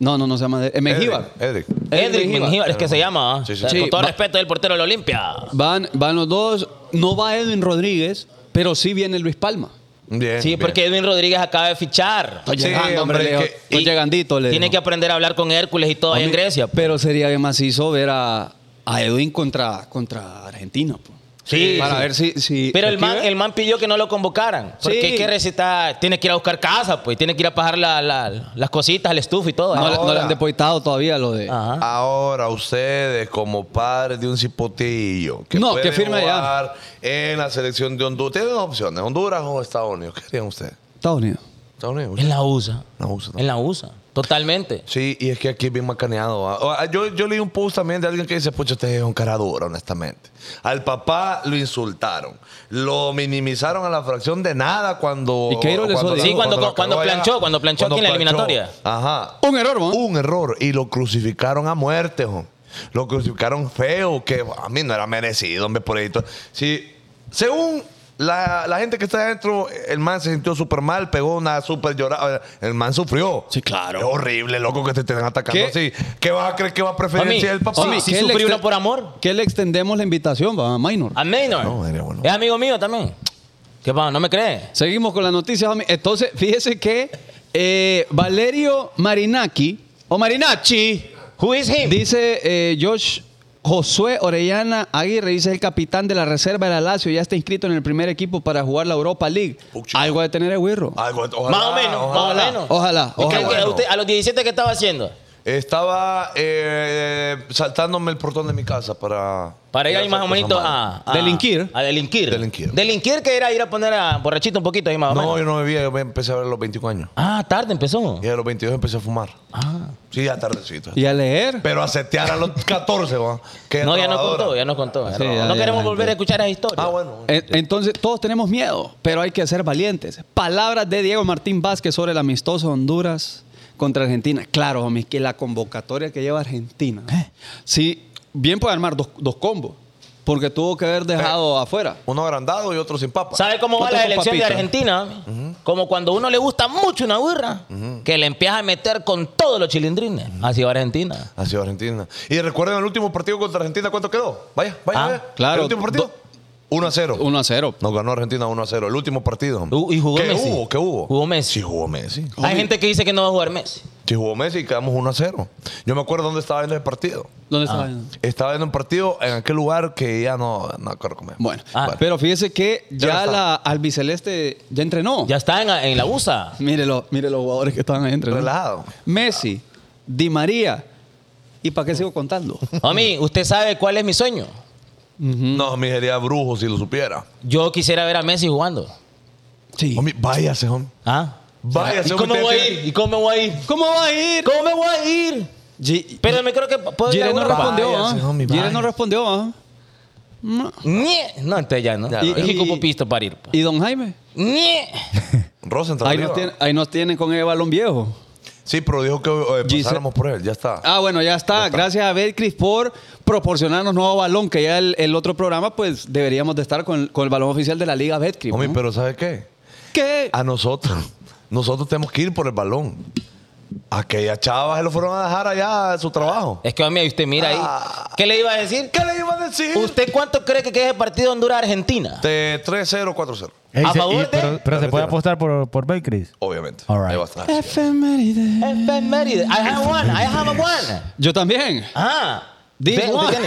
C: no, no, no se llama. eh, Mengíbar.
B: Edric, Edric.
A: Edric Mengíbar, es que se llama. ¿ah?
B: Sí, sí,
A: O sea,
C: sí.
A: Con todo
C: Va-
A: respeto del portero de la Olimpia.
C: Van, van los dos. No va Edwin Rodríguez, pero sí viene Luis Palma.
B: Bien,
A: Sí,
B: bien.
A: porque Edwin Rodríguez acaba de fichar.
C: Estoy
B: Sí,
C: llegando,
B: hombre,
C: hombre.
B: es
C: le
B: que-
C: dijo. Estoy
A: Y
C: llegandito, le
A: Tiene
C: dijo.
A: que aprender a hablar con Hércules y todo ahí en
C: Hombre,
A: Grecia. pues.
C: Pero sería bien macizo ver a, a Edwin contra, contra Argentina. po.
A: Sí,
C: Para
A: sí.
C: ver si. si
A: Pero el
C: aquí
A: man,
C: ve.
A: el man pidió que no lo convocaran. Porque
C: Sí.
A: hay que recitar, tiene que ir a buscar casa, pues. Tiene que ir a pagar la- la- las cositas, el estufa y todo.
C: No, le-
A: ¿eh?
C: no le han depositado todavía lo de.
A: Ajá.
B: Ahora ustedes, como padres de un cipotillo, que
C: No,
B: puede
C: que firme allá.
B: jugar en la selección de Honduras, tienen dos opciones, Honduras o Estados Unidos. ¿Qué harían ustedes?
C: Estados Unidos.
B: Estados Unidos.
A: En la USA.
B: La USA, ¿no?
A: En la USA. Totalmente.
B: Sí, y es que aquí es bien macaneado. ¿va? O- ah, Yo, yo leí un post también de alguien que dice, pucha, este es un cara duro, honestamente. Al papá lo insultaron. Lo minimizaron a la fracción de nada cuando...
C: Y Queiroz le soltó.
B: la-
A: Sí, cuando-
B: la cagó
A: cuando
B: allá.
A: planchó, cuando planchó aquí en la eliminatoria.
B: Ajá.
C: Un error,
A: ¿Ah?
C: man.
B: Un error. Y lo crucificaron a muerte, jo. Lo crucificaron feo, que a mí no era merecido, hombre, por ahí. todo. Sí, según la, la gente que está adentro, el man se sintió súper mal, pegó una súper llorada. El man sufrió.
C: Sí, claro.
B: Es horrible, loco, que te estén atacando
C: ¿Qué?
B: así. ¿Qué vas a creer que va a preferir
A: Mami,
B: si es el papá?
A: mami,
B: Sí.
A: ¿qué?
C: ¿Qué le
A: sufrí uno
C: exten-
A: por amor.
C: ¿Qué le extendemos la invitación, va, Minor?
A: A Maynor.
B: No, era bueno.
A: Es amigo mío también. ¿Qué pasa? ¿No me crees?
C: Seguimos con las noticias, homie. Entonces, fíjese que eh, Valerio Marinaki, o Marinacci,
A: Who is him?
C: dice eh, Josh Josué Orellana Aguirre, dice el capitán de la reserva de la Lazio, ya está inscrito en el primer equipo para jugar la Europa League.
B: Pucha. Ah.
C: Algo de tener el Wirro.
B: Algo- ojalá,
A: más o menos,
B: ojalá.
A: más o menos.
C: Ojalá,
A: ¿Y qué-
C: ojalá.
A: qué- usted- a los 17, ¿qué estaba haciendo?
B: Estaba eh, saltándome el portón de mi casa para...
A: Para ir ahí más o
B: hacer
A: menos
B: cosas malas.
A: a, a-
C: Delinquir.
A: A delinquir.
B: Delinquir.
A: Delinquir que era ir a poner a borrachito un poquito ahí más o
B: No,
A: menos.
B: yo no bebía, yo me empecé a ver a los 25 años.
A: Ah, tarde empezó.
B: Y a los 22 empecé a fumar.
A: Ah.
B: Sí, ya tardecito.
C: Y a leer.
B: Pero a setear a los 14, va. Que
A: No, ya nos
B: trabajadora.
A: contó, ya nos contó.
C: Sí,
A: no
C: ya- ya la
A: queremos
C: gente.
A: volver a escuchar esa historia.
B: Ah, bueno.
C: Eh, Entonces, todos tenemos miedo, pero hay que ser valientes. Palabras de Diego Martín Vázquez sobre el amistoso Honduras contra Argentina. Claro, homie, que la convocatoria que lleva Argentina.
B: ¿Eh?
C: Sí, bien puede armar dos, dos combos, porque tuvo que haber dejado
B: Eh.
C: afuera.
B: Uno agrandado y otro sin papa.
A: ¿Sabe cómo va
C: Yo
A: la
C: tengo
A: elección de
C: papita.
A: Argentina? Como cuando a uno le gusta mucho una burra, que le empieza a meter con todos los chilindrines. Así va Argentina.
B: Ha sido Argentina. Y recuerden el último partido contra Argentina, ¿cuánto quedó? Vaya, vaya,
A: Ah,
B: vaya.
C: claro.
B: ¿El último partido?
C: Do-
B: 1 a 0.
C: 1 a 0.
B: Nos ganó Argentina 1 a 0. El último partido.
A: U- y jugó
B: ¿Qué
A: Messi.
B: hubo? ¿Qué hubo?
A: Jugó Messi.
B: Sí, jugó Messi.
A: Hay gente que dice que no va a jugar Messi.
B: Sí, jugó Messi y quedamos 1 a 0. Yo me acuerdo dónde estaba viendo el partido.
C: ¿Dónde
B: Ah.
C: estaba?
B: Estaba viendo un partido en aquel lugar que ya no, no acuerdo cómo es.
C: Bueno,
A: Ah.
B: Vale.
C: pero fíjese que
B: Ya
C: ya
B: está.
C: la albiceleste ya entrenó.
A: Ya está en, en la USA.
C: Mire, lo- mire los jugadores que estaban ahí entrenando.
B: Relajado.
C: Messi, Di María. ¿Y para qué sigo contando?
A: Mami, ¿usted sabe cuál es mi sueño?
B: No, mi sería brujo si lo supiera.
A: Yo quisiera ver a Messi jugando.
C: Sí.
B: Homie, váyase, homie.
A: ¿Ah?
B: Váyase,
A: ¿Y
B: homie,
A: cómo
B: usted
A: voy a
B: tiene-
A: ir? ¿Y cómo voy a ir?
C: ¿Cómo va a ir?
A: ¿Cómo me voy a ir?
C: G-
A: Pero me creo que puedo ir a
C: Jiren no
A: Europa.
C: respondió,
B: Váyase,
C: ¿ah?
B: homie,
C: Jiren
B: váyase.
C: no respondió, ¿ah? No.
A: Ñe. No, entonces ya no.
B: Ya,
A: y,
B: no, ya.
A: es que ocupo pisto para ir. pues.
C: ¿Y don Jaime?
A: Ñe.
B: Rosenthal.
C: Ahí nos,
B: arriba.
C: tiene, ahí nos tiene con el balón viejo.
B: Sí, pero dijo que eh,
C: Gise-
B: pasáramos por él, ya está.
C: Ah, bueno, ya está. Gracias a Betcris por proporcionarnos nuevo balón, que ya el, el otro programa, pues, deberíamos de estar con, con el balón oficial de la Liga Betcris.
B: Homie,
C: ¿no?
B: pero ¿sabe qué?
C: ¿Qué?
B: A nosotros, (laughs) nosotros tenemos que ir por el balón. Aquellas chavas se lo fueron a dejar allá a su trabajo.
A: Es que, mami, usted mira
B: Ah.
A: ahí. ¿Qué le iba a decir?
B: ¿Qué le iba a decir?
A: ¿Usted cuánto cree que quede el partido Honduras-Argentina?
B: De 3-0, 4-0,
D: Ey,
A: ¿A
D: se-
A: favor de?
D: Pero, pero se
B: Retiro.
D: puede apostar por, por Bakeries.
B: obviamente.
D: All right.
B: Ahí va a estar.
C: Efeméride.
A: Efeméride. I have one. I have one.
C: Yo también.
A: Ah.
C: This
A: Ve,
C: one.
A: ¿usted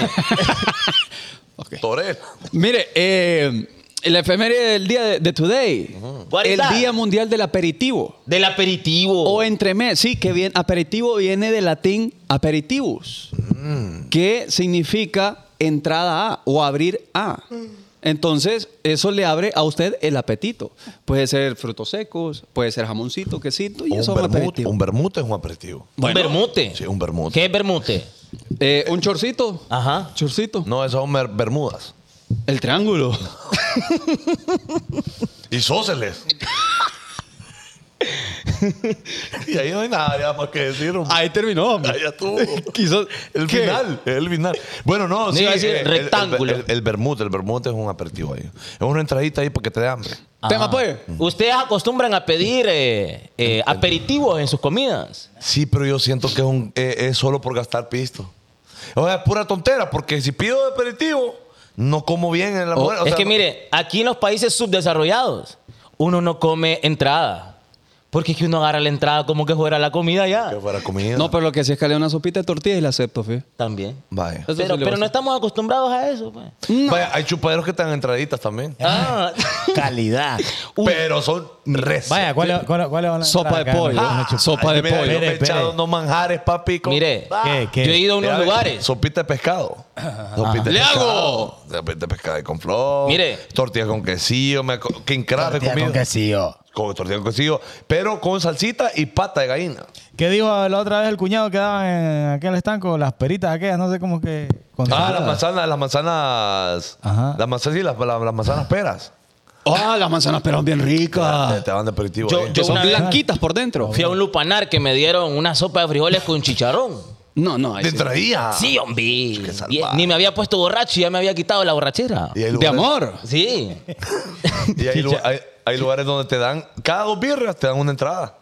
A: tiene?
B: Torel.
C: (laughs) Mire, eh, el efeméride del día de, de today.
A: What is
C: El
A: that?
C: Día Mundial del Aperitivo.
A: Del aperitivo.
C: O entremés, sí, que bien, aperitivo viene del latín aperitivus,
B: Mm.
C: que significa entrada a o abrir a. Entonces, eso le abre a usted el apetito. Puede ser frutos secos, puede ser jamoncito, quesito, y eso
B: Un
C: es un
B: vermut,
C: aperitivo.
B: un vermut es un aperitivo.
A: un bermute.
B: Sí, un vermut.
A: ¿Qué es bermute?
C: Eh, un chorcito.
A: Ajá.
C: Chorcito.
B: Ah. No, esas son mer- bermudas.
C: El
B: (laughs)
C: triángulo.
B: Y
C: (laughs)
B: sóceles. (laughs) y ahí no hay nada ya más que decir. hombre.
C: Ahí terminó. hombre.
B: Ah, ya estuvo.
C: Quizás-
B: El
C: ¿Qué?
B: final, el final. Bueno, no, sí.
A: iba a decir
B: eh, el- el-
A: rectángulo.
B: El, el, vermut, el vermut es un aperitivo ahí. Es una entradita ahí para que te dé hambre.
C: ¿Tema
A: Ajá.
B: Ah.
C: pues?
A: ¿Ustedes acostumbran a pedir eh, eh, aperitivos en sus comidas?
B: Sí, pero yo siento que es, un- eh, es solo por gastar pisto. O sea, es pura tontera, porque si pido de aperitivo, no como bien en la mujer. o
A: Oh, es
B: sea,
A: que
B: no-
A: mire, aquí en los países subdesarrollados, uno no come entrada. Porque es que uno agarra la entrada como que fuera la comida ya.
B: Que fuera comida.
C: No, pero lo que sí es que le una sopita de tortillas y la acepto, fío.
A: También.
B: Vaya.
C: Eso sí
A: Pero,
C: le
A: pero
C: va a
A: no
C: hacer.
A: estamos acostumbrados a eso. pues.
B: Vaya, hay chupaderos que están entraditas también.
A: Ah.
D: Calidad.
A: Uy.
B: Pero son res.
D: (laughs) Vaya, ¿cuál es, cuál, es- cuál es la
C: Sopa
D: entrada
C: de
D: acá?
C: pollo.
D: Ah,
C: sopa de
B: Mira, Yo
C: pollo.
B: me he
D: Pere,
B: echado
D: pere.
B: unos manjares, papi. con-
A: Mire,
B: Ah,
D: ¿Qué, qué?
A: yo he ido a
B: Mira,
A: unos
B: ve,
A: lugares.
B: Sopita
A: (laughs)
B: de pescado. Sopita de
A: ¡Le
B: pescado,
A: hago!
B: Sopita de pescado y con flor.
A: Mire.
B: Tortillas con quesillo. Me, aco- que encrase
D: Tortilla
B: comida.
D: con quesillo.
B: Con tortilla con quesillo. Pero con salsita y pata de gallina.
D: ¿Qué dijo la otra vez el cuñado que daba en aquel estanco? Las peritas aquellas, no sé cómo que... con
B: Ah,
D: salsas.
B: las manzanas, las manzanas.
D: Ajá.
B: Las manzanas y las, las- las manzanas peras.
C: ¡Ah, las manzanas pero bien
B: Te,
C: ricas!
B: te van de aperitivo.
A: Yo-
B: eh.
A: yo-
C: Que son
A: una vez-
C: blanquitas por dentro.
A: Fui a un lupanar que me dieron una sopa de frijoles con chicharrón.
C: No, no. ahí
B: Te
C: sí.
B: traía.
A: Sí, hombre.
B: Ah, salvaje.
A: Bien, Ni me había puesto borracho y ya me había quitado la borrachera.
B: Y hay
C: De
B: lugares-
C: amor.
A: Sí.
B: Y hay, lu- hay- hay lugares donde te dan, cada dos birras te dan una entrada.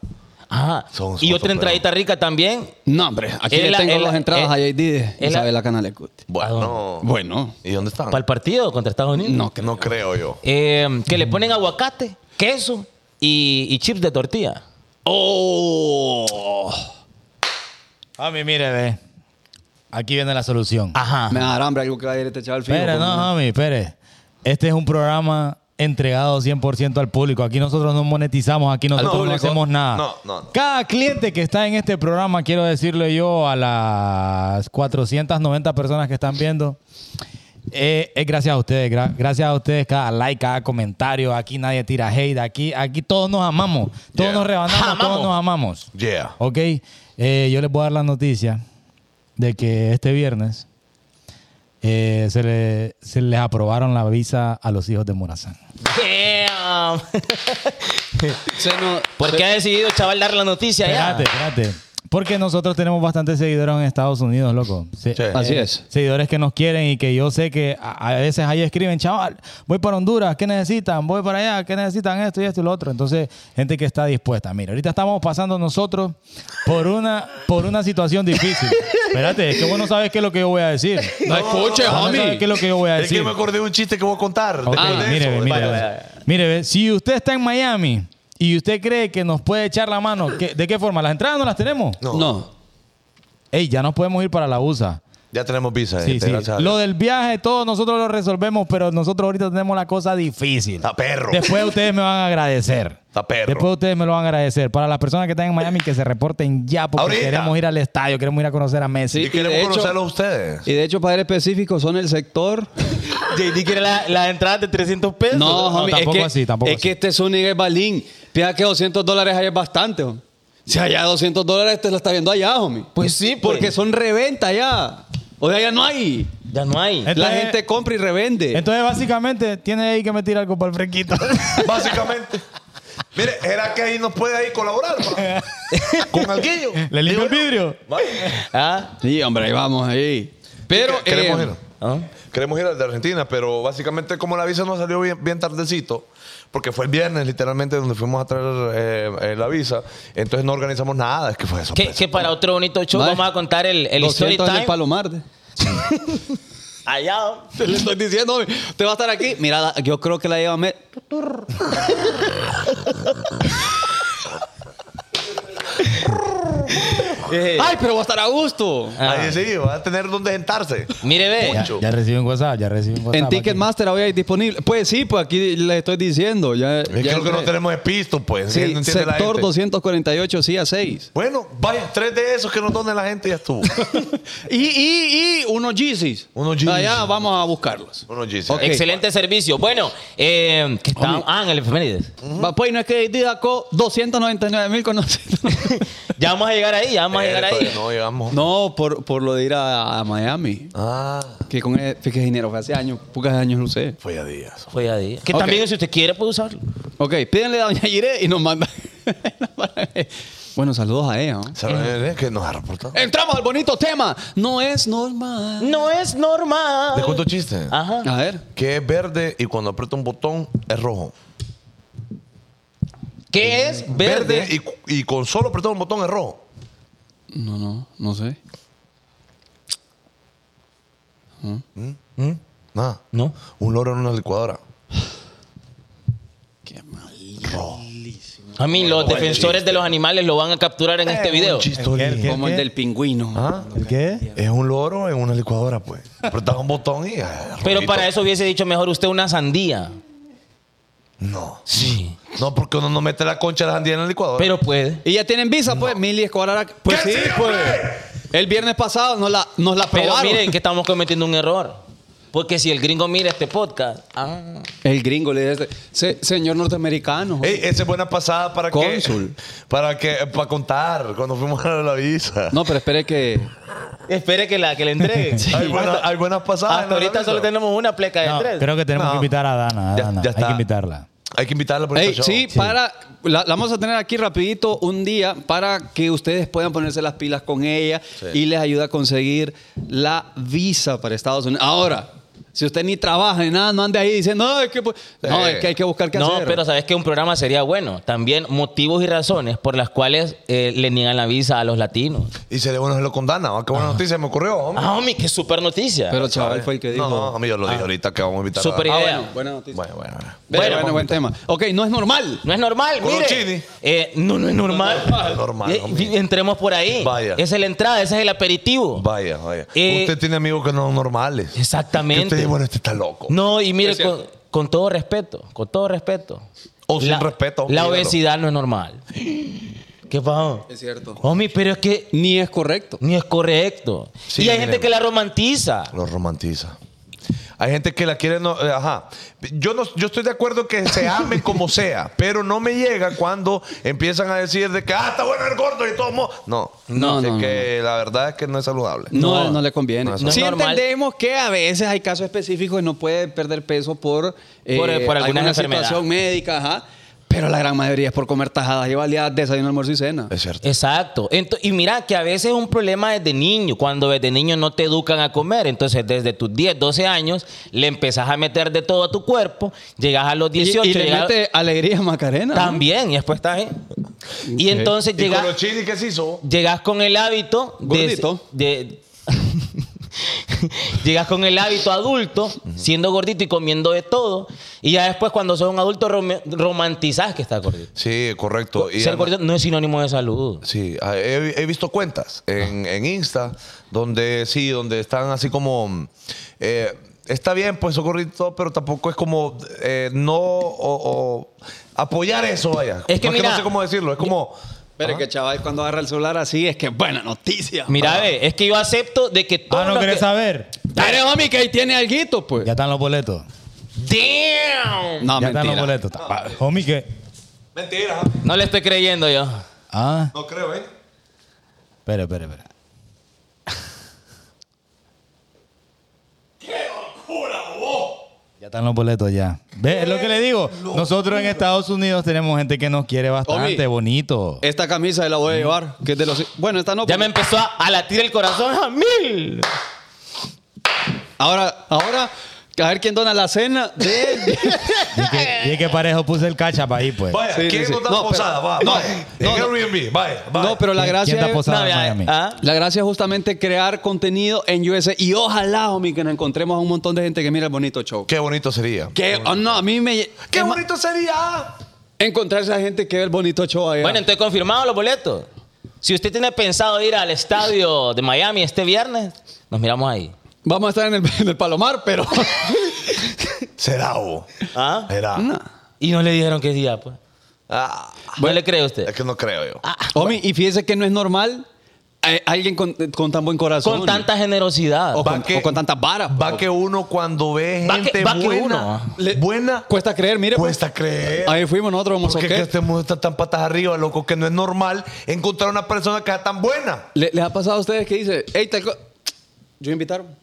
A: Ajá.
B: Son- son
A: y otra
B: soperos.
A: entradita rica también.
C: No, hombre. Aquí
A: Es
C: le
A: la-
C: tengo
A: es la-
C: las entradas
A: es-
C: a JD de
A: es la-
C: Isabela Canalecut.
B: Bueno.
C: Bueno.
B: ¿Y dónde están?
A: Para el partido contra Estados Unidos.
C: No,
B: No creo yo.
A: Eh, que le ponen aguacate, queso y, y chips de tortilla.
C: ¡Oh!
D: A mí, mire, ve. Aquí viene la solución.
A: Ajá.
C: Me da hambre algo que va a ir este chaval fijo.
D: Espere,
C: porque-
D: no, homie, espere. Este es un programa entregado 100% al público. Aquí nosotros no monetizamos, aquí nosotros
B: Ah,
D: no
B: público?
D: hacemos nada.
B: No, no, no.
D: Cada cliente que está en este programa, quiero decirle yo a las 490 personas que están viendo, eh, es gracias a ustedes. gra- gracias a ustedes, cada like, cada comentario. Aquí nadie tira hate. Aquí, aquí todos nos amamos. Todos
B: Yeah. (laughs)
D: nos rebanamos,
A: Amamos.
D: todos nos amamos.
B: Yeah.
D: Ok, eh, yo les voy a dar la noticia de que este viernes eh, se, le- se les aprobaron la visa a los hijos de Morazán.
A: Damn. (laughs)
C: Se no-
A: ¿Por qué ha decidido, chaval, dar la noticia ya?
D: Espérate, espérate. Porque nosotros tenemos bastantes seguidores en Estados Unidos, loco. Se-
B: Sí.
C: Así es.
D: Seguidores que nos quieren y que yo sé que a, a veces ahí escriben, chaval, voy para Honduras, ¿qué necesitan? Voy para allá, ¿qué necesitan? Esto y esto y lo otro. Entonces, gente que está dispuesta. Mira, ahorita estamos pasando nosotros por una, por una situación difícil. Espérate, es que vos no sabes qué es lo que yo voy a decir.
C: No escuches,
D: Vos no sabes
C: homie.
D: qué es lo que yo voy a
B: Es
D: decir.
B: que me acordé de un chiste que voy a contar.
D: Ah, Ok,
B: Después de
D: mire,
B: eso,
D: ve,
B: después
D: mire,
B: de
D: ve.
B: eso.
D: Mire, ve, si usted está en Miami y usted cree que nos puede echar la mano, ¿qué- ¿de qué forma? ¿Las entradas no las tenemos?
B: No,
C: No.
D: Ey, ya nos podemos ir para la USA.
B: ya tenemos visa. eh,
D: Sí,
B: gente, Este,
D: sí.
B: gracias a
D: Lo
B: Dios.
D: del viaje, todo nosotros lo resolvemos, pero nosotros ahorita tenemos la cosa difícil.
B: Está perro.
D: Después ustedes me van a agradecer.
B: Está perro.
D: Después ustedes me lo van a agradecer. Para las personas que están en Miami, que se reporten ya, porque
B: Ahorita.
D: queremos ir al estadio, queremos ir a conocer a Messi.
B: y
C: Sí.
B: queremos
C: y de hecho-
B: conocerlo a ustedes.
C: Y de hecho, para ser específico, son el sector.
A: (laughs) JD quiere la, la entrada de 300 pesos.
C: No,
D: no,
C: homie,
D: tampoco
C: es que,
D: así, tampoco
C: es
D: así.
C: que este Zúñiga es balín. Fíjate que 200 dólares ahí es bastante, homie. Si allá 200 dólares te lo está viendo allá, homie.
A: Pues sí, pues.
C: Porque son reventa allá. O sea, allá no hay.
A: Ya no hay.
D: Entonces-
C: La gente compra y revende.
D: Entonces, básicamente, tiene ahí que meter algo para el
B: (laughs)
D: fresquito.
B: Básicamente. Mire, ¿era que ahí nos puede ahí colaborar?
D: (laughs)
B: pa? Con alguillo.
D: Le
B: Digo
D: limpio el
B: yo.
D: vidrio.
B: Vaya.
A: Ah,
C: sí, hombre, ahí vamos, ahí. Pero,
B: Que- queremos
C: eh,
B: ir.
A: ah.
B: Queremos ir al de Argentina, pero básicamente como la visa nos salió bien, bien tardecito, porque fue el viernes literalmente donde fuimos a traer eh, eh, la visa, entonces no organizamos nada, es que fue eso. pues.
A: Que, que para otro bonito show
C: Vale.
A: vamos a contar el, el story
C: 200 en
A: time.
C: el Palomar. de-
A: Allá.
C: (laughs) Te le estoy diciendo, homie. Usted va a estar aquí. Mira, la- yo creo que la lleva
B: (laughs)
C: a me-
A: Eh,
C: ¡Ay, pero va a estar a gusto!
A: ah.
B: Ahí sí, va a tener donde sentarse.
A: Mire, ve.
D: Ya, ya reciben WhatsApp, ya reciben WhatsApp.
C: En
D: aquí.
C: Ticketmaster hoy hay disponible. Pues sí, pues aquí le estoy diciendo. Ya,
B: Es que
C: ya
B: lo que no
C: entré.
B: tenemos es pisto, pues.
C: Sí,
B: no entiende la
C: sector
B: gente.
C: 248, sí a 6.
B: (laughs) Bueno, vaya, tres de esos que nos donen la gente ya estuvo.
C: (laughs) Y, y, y unos Yeezys.
B: Unos Yeezys.
C: Allá vamos a buscarlos.
B: Uno dice,
C: Ok.
A: Excelente servicio. Bueno, eh, que está- ah, en el efemérides.
C: Va, Pues no es que Didaco 299 mil con
A: Ya vamos a llegar ahí, ya vamos a llegar
B: "Eh,
A: ahí.
B: todavía No llegamos.
C: (laughs) No, por, por lo de ir a, a Miami.
B: Ah,
C: Que con el, que dinero fue hace años, pocos años lo usé.
B: fue a días.
A: Fue a día. Que
C: Ok.
A: también si usted quiere puede usarlo.
C: Ok, pídenle a Doña Yire y nos mandan. (laughs) bueno, saludos a ella. ¿no?
B: ¿Sabes eh, que nos ha reportado?
C: Entramos al bonito tema. No es normal.
A: No es normal.
B: ¿De cuánto chiste?
A: Ajá.
C: A ver.
B: Que es verde y cuando aprieta un botón es rojo.
A: ¿Qué es verde?
B: y, cu- y con solo apretar un botón es rojo.
C: No, no, no sé.
B: Nada.
A: No.
B: Un loro en una licuadora.
C: Qué malísimo.
A: A mí, los defensores de los animales lo van a capturar en este video.
D: ¿El qué?
C: Como el del pingüino.
B: ¿Ah?
D: ¿El qué?
B: Es un loro en una licuadora, pues. Apretas un botón y. ah,
A: Pero
B: rollito.
A: para eso hubiese dicho mejor usted una sandía.
B: No.
A: Sí.
B: No, porque uno no mete la concha de la sandía en la licuadora.
A: Pero puede.
C: Y ya tienen visa, pues. Mili Escobar Arac- Pues
B: ¿Qué
C: sí,
B: se
C: pues. El viernes pasado nos la, nos la
A: Pero
C: probaron.
A: miren que estamos cometiendo un error. Porque si el gringo mira este podcast, ah,
C: El gringo le dice, "Se- señor norteamericano.
B: Ey, esa es buena pasada para
C: Cónsul.
B: que. Para que. Para contar cuando fuimos a la visa.
C: No, pero espere que...
A: espere que la que le
D: (laughs)
A: entregue.
B: Hay, buena- hay buenas pasadas. en
A: Hasta
B: la
A: ahorita
B: visa.
A: solo tenemos una pleca de
D: No,
A: tres.
D: creo que tenemos
B: No.
D: que invitar a Dana. a
B: Ya-
D: Dana.
B: ya
D: Hay
B: está.
D: que invitarla.
B: Hay que invitarla por
C: Ey,
B: este show.
C: sí, para... La, la vamos a tener aquí rapidito un día para que ustedes puedan ponerse las pilas con ella y les ayuda a conseguir la visa para Estados Unidos. Ahora, si usted ni trabaja ni nada, no ande ahí diciendo, no, es que, pues, no,
B: Sí.
C: es que hay que buscar qué
A: no,
C: hacer.
A: pero sabes que un programa sería bueno. También motivos y razones por las cuales eh, le niegan la visa a los latinos.
B: Y sería bueno hacerlo con Dana. ¿va? Qué buena noticia me ocurrió. hombre.
A: Ah, homie, qué super noticia.
C: Pero Ah, chaval fue el que dijo. Ah.
B: No, no, a mí yo lo dije ahorita que vamos a invitar
A: Súper idea.
B: a Dana.
A: bueno,
C: buena noticia.
B: Bueno, bueno, bueno.
C: Bueno,
A: Bueno,
C: bueno, buen tema. Ok, no es normal.
A: no es normal,
B: Con un
A: mire.
B: chini.
A: Eh, no, no es normal.
B: es normal,
A: Eh,
B: homie.
A: entremos por ahí.
B: Vaya.
A: Esa es la entrada, ese es el aperitivo.
B: Vaya, vaya.
A: Eh,
B: usted tiene amigos que no son normales.
A: Exactamente.
B: Que usted dice, bueno, este está loco.
A: No, y mire,
C: Es
A: con,
C: cierto.
A: con todo respeto, con todo respeto.
B: O sin respeto,
A: La
B: míralo.
A: obesidad no es
C: (gasps)
A: normal. ¿Qué pasó?
C: Es cierto.
A: Homie, pero es que
C: Ni es correcto.
A: ni es correcto.
B: Sí,
A: y hay
B: mire.
A: gente que la romantiza.
B: Lo romantiza. Hay gente que la quiere, no- eh, ajá. Yo no, yo estoy de acuerdo que se amen como sea, pero no me llega cuando empiezan a decir de que ah, está bueno el gordo y todo. mo-". No,
C: No,
B: Así
C: no,
B: que la verdad es que no es saludable.
C: No,
A: No,
C: no, le conviene.
A: no es
C: Si sí
A: normal.
C: entendemos que a veces hay casos específicos y no puede perder peso por, eh,
A: Por- por alguna enfermedad.
C: situación médica, ajá. Pero la gran mayoría es por comer tajadas y baleadas, desayuno, almuerzo y cena.
B: Es cierto.
A: Exacto. Ento- y mira que a veces es un problema desde niño, cuando desde niño no te educan a comer. Entonces, desde tus 10, 12 años, le empezás a meter de todo a tu cuerpo, llegas a los
C: Y-
A: 18,
C: y, le
A: llegas-
C: mete alegría a Macarena. ¿no?
A: también, y después estás ahí. Y entonces
B: ¿Y con
A: llegas.
B: los chilis qué se hizo?
A: llegas con el hábito de,
C: Gordito.
A: de- (laughs) llegas con el hábito adulto siendo gordito y comiendo de todo y ya después cuando sos un adulto rom- romantizás que estás gordito
B: Sí, correcto. Y
A: ser
B: además-
A: gordito no es sinónimo de salud
B: Sí, ah, he, he visto cuentas en,
C: Ah.
B: en Insta donde sí, donde están así como. eh, está bien, pues socorrir todo, pero tampoco es como eh, no o, o apoyar eso, vaya.
A: Es que
B: no,
A: mira,
B: no sé cómo decirlo, es como.
C: Pero es
B: Ajá.
C: que chaval, cuando agarra el celular así, es que buena noticia.
A: mira ve es que yo acepto de que todos
D: Ah, no
A: los
D: querés
A: que-
D: saber.
C: Dale, homie, que ahí tiene alguito, pues.
D: Ya están los boletos.
A: damn
B: Ah,
C: No,
D: ya están los
C: mentira.
D: boletos. Pa- Homie, ¿qué?
B: Mentira,
A: no le estoy creyendo yo
D: Ah,
B: no creo, ¿eh?
D: espere, espere, espere. Ya están los boletos ya. ¿Ves? Es lo que le digo. Nosotros en Estados Unidos tenemos gente que nos quiere bastante,
C: Homie.
D: bonito.
C: Esta camisa la voy a llevar, que es de los... Bueno, esta no.
A: ya
C: pues.
A: me empezó a, a latir el corazón (laughs) a mil
C: Ahora, ahora, a ver quién dona la cena de...
D: Y es que, y es que parejo puse el cacha para ahí, pues.
B: Vaya,
C: Sí,
B: ¿quién
C: sí,
B: nos
C: sí.
B: da
C: No, pero-
B: posada? va,
C: no,
B: vaya.
C: no,
B: en
C: no.
B: Airbnb, vaya, vaya.
C: No, pero la
D: ¿Quién-
C: gracia
D: quién da
C: es... eh,
D: posada
A: No,
D: en
A: vea,
D: Miami?
A: ah.
C: La gracia es justamente crear contenido en USA y ojalá, homie, que nos encontremos a un montón de gente que mira el bonito show.
B: Qué bonito sería.
C: Que, oh, no, a mí me...
B: Qué
C: es más,
B: bonito sería.
C: Encontrarse a gente que ve el bonito show allá.
A: Bueno, entonces confirmado los boletos. Si usted tiene pensado ir al estadio de Miami este viernes, nos miramos ahí.
C: Vamos a estar en el, en el Palomar,
B: (laughs)
C: pero...
B: Será, vos.
A: ¿Ah?
B: Será.
C: No.
A: Y no le dijeron qué día, pues.
B: Ah,
A: ¿No le cree usted? Ah,
B: es que no creo yo.
C: Homie, y fíjese que no es normal eh, alguien con, con tan buen corazón.
A: Con tanta generosidad.
C: O
B: Va
C: con,
B: que-
C: o con tantas varas.
B: Va que uno cuando ve
A: Va que-
B: gente
A: va que
B: buena,
A: uno.
C: Le-
B: buena,
C: ah. Cuesta creer, mire. pues.
B: cuesta creer.
C: Ahí fuimos nosotros, vamos
B: Porque que este mundo está tan patas arriba, loco, que no es normal encontrar una persona que sea tan buena.
C: ¿Le- ¿Les ha pasado a ustedes que dice, hey, tal co- ¿Yo invitaron?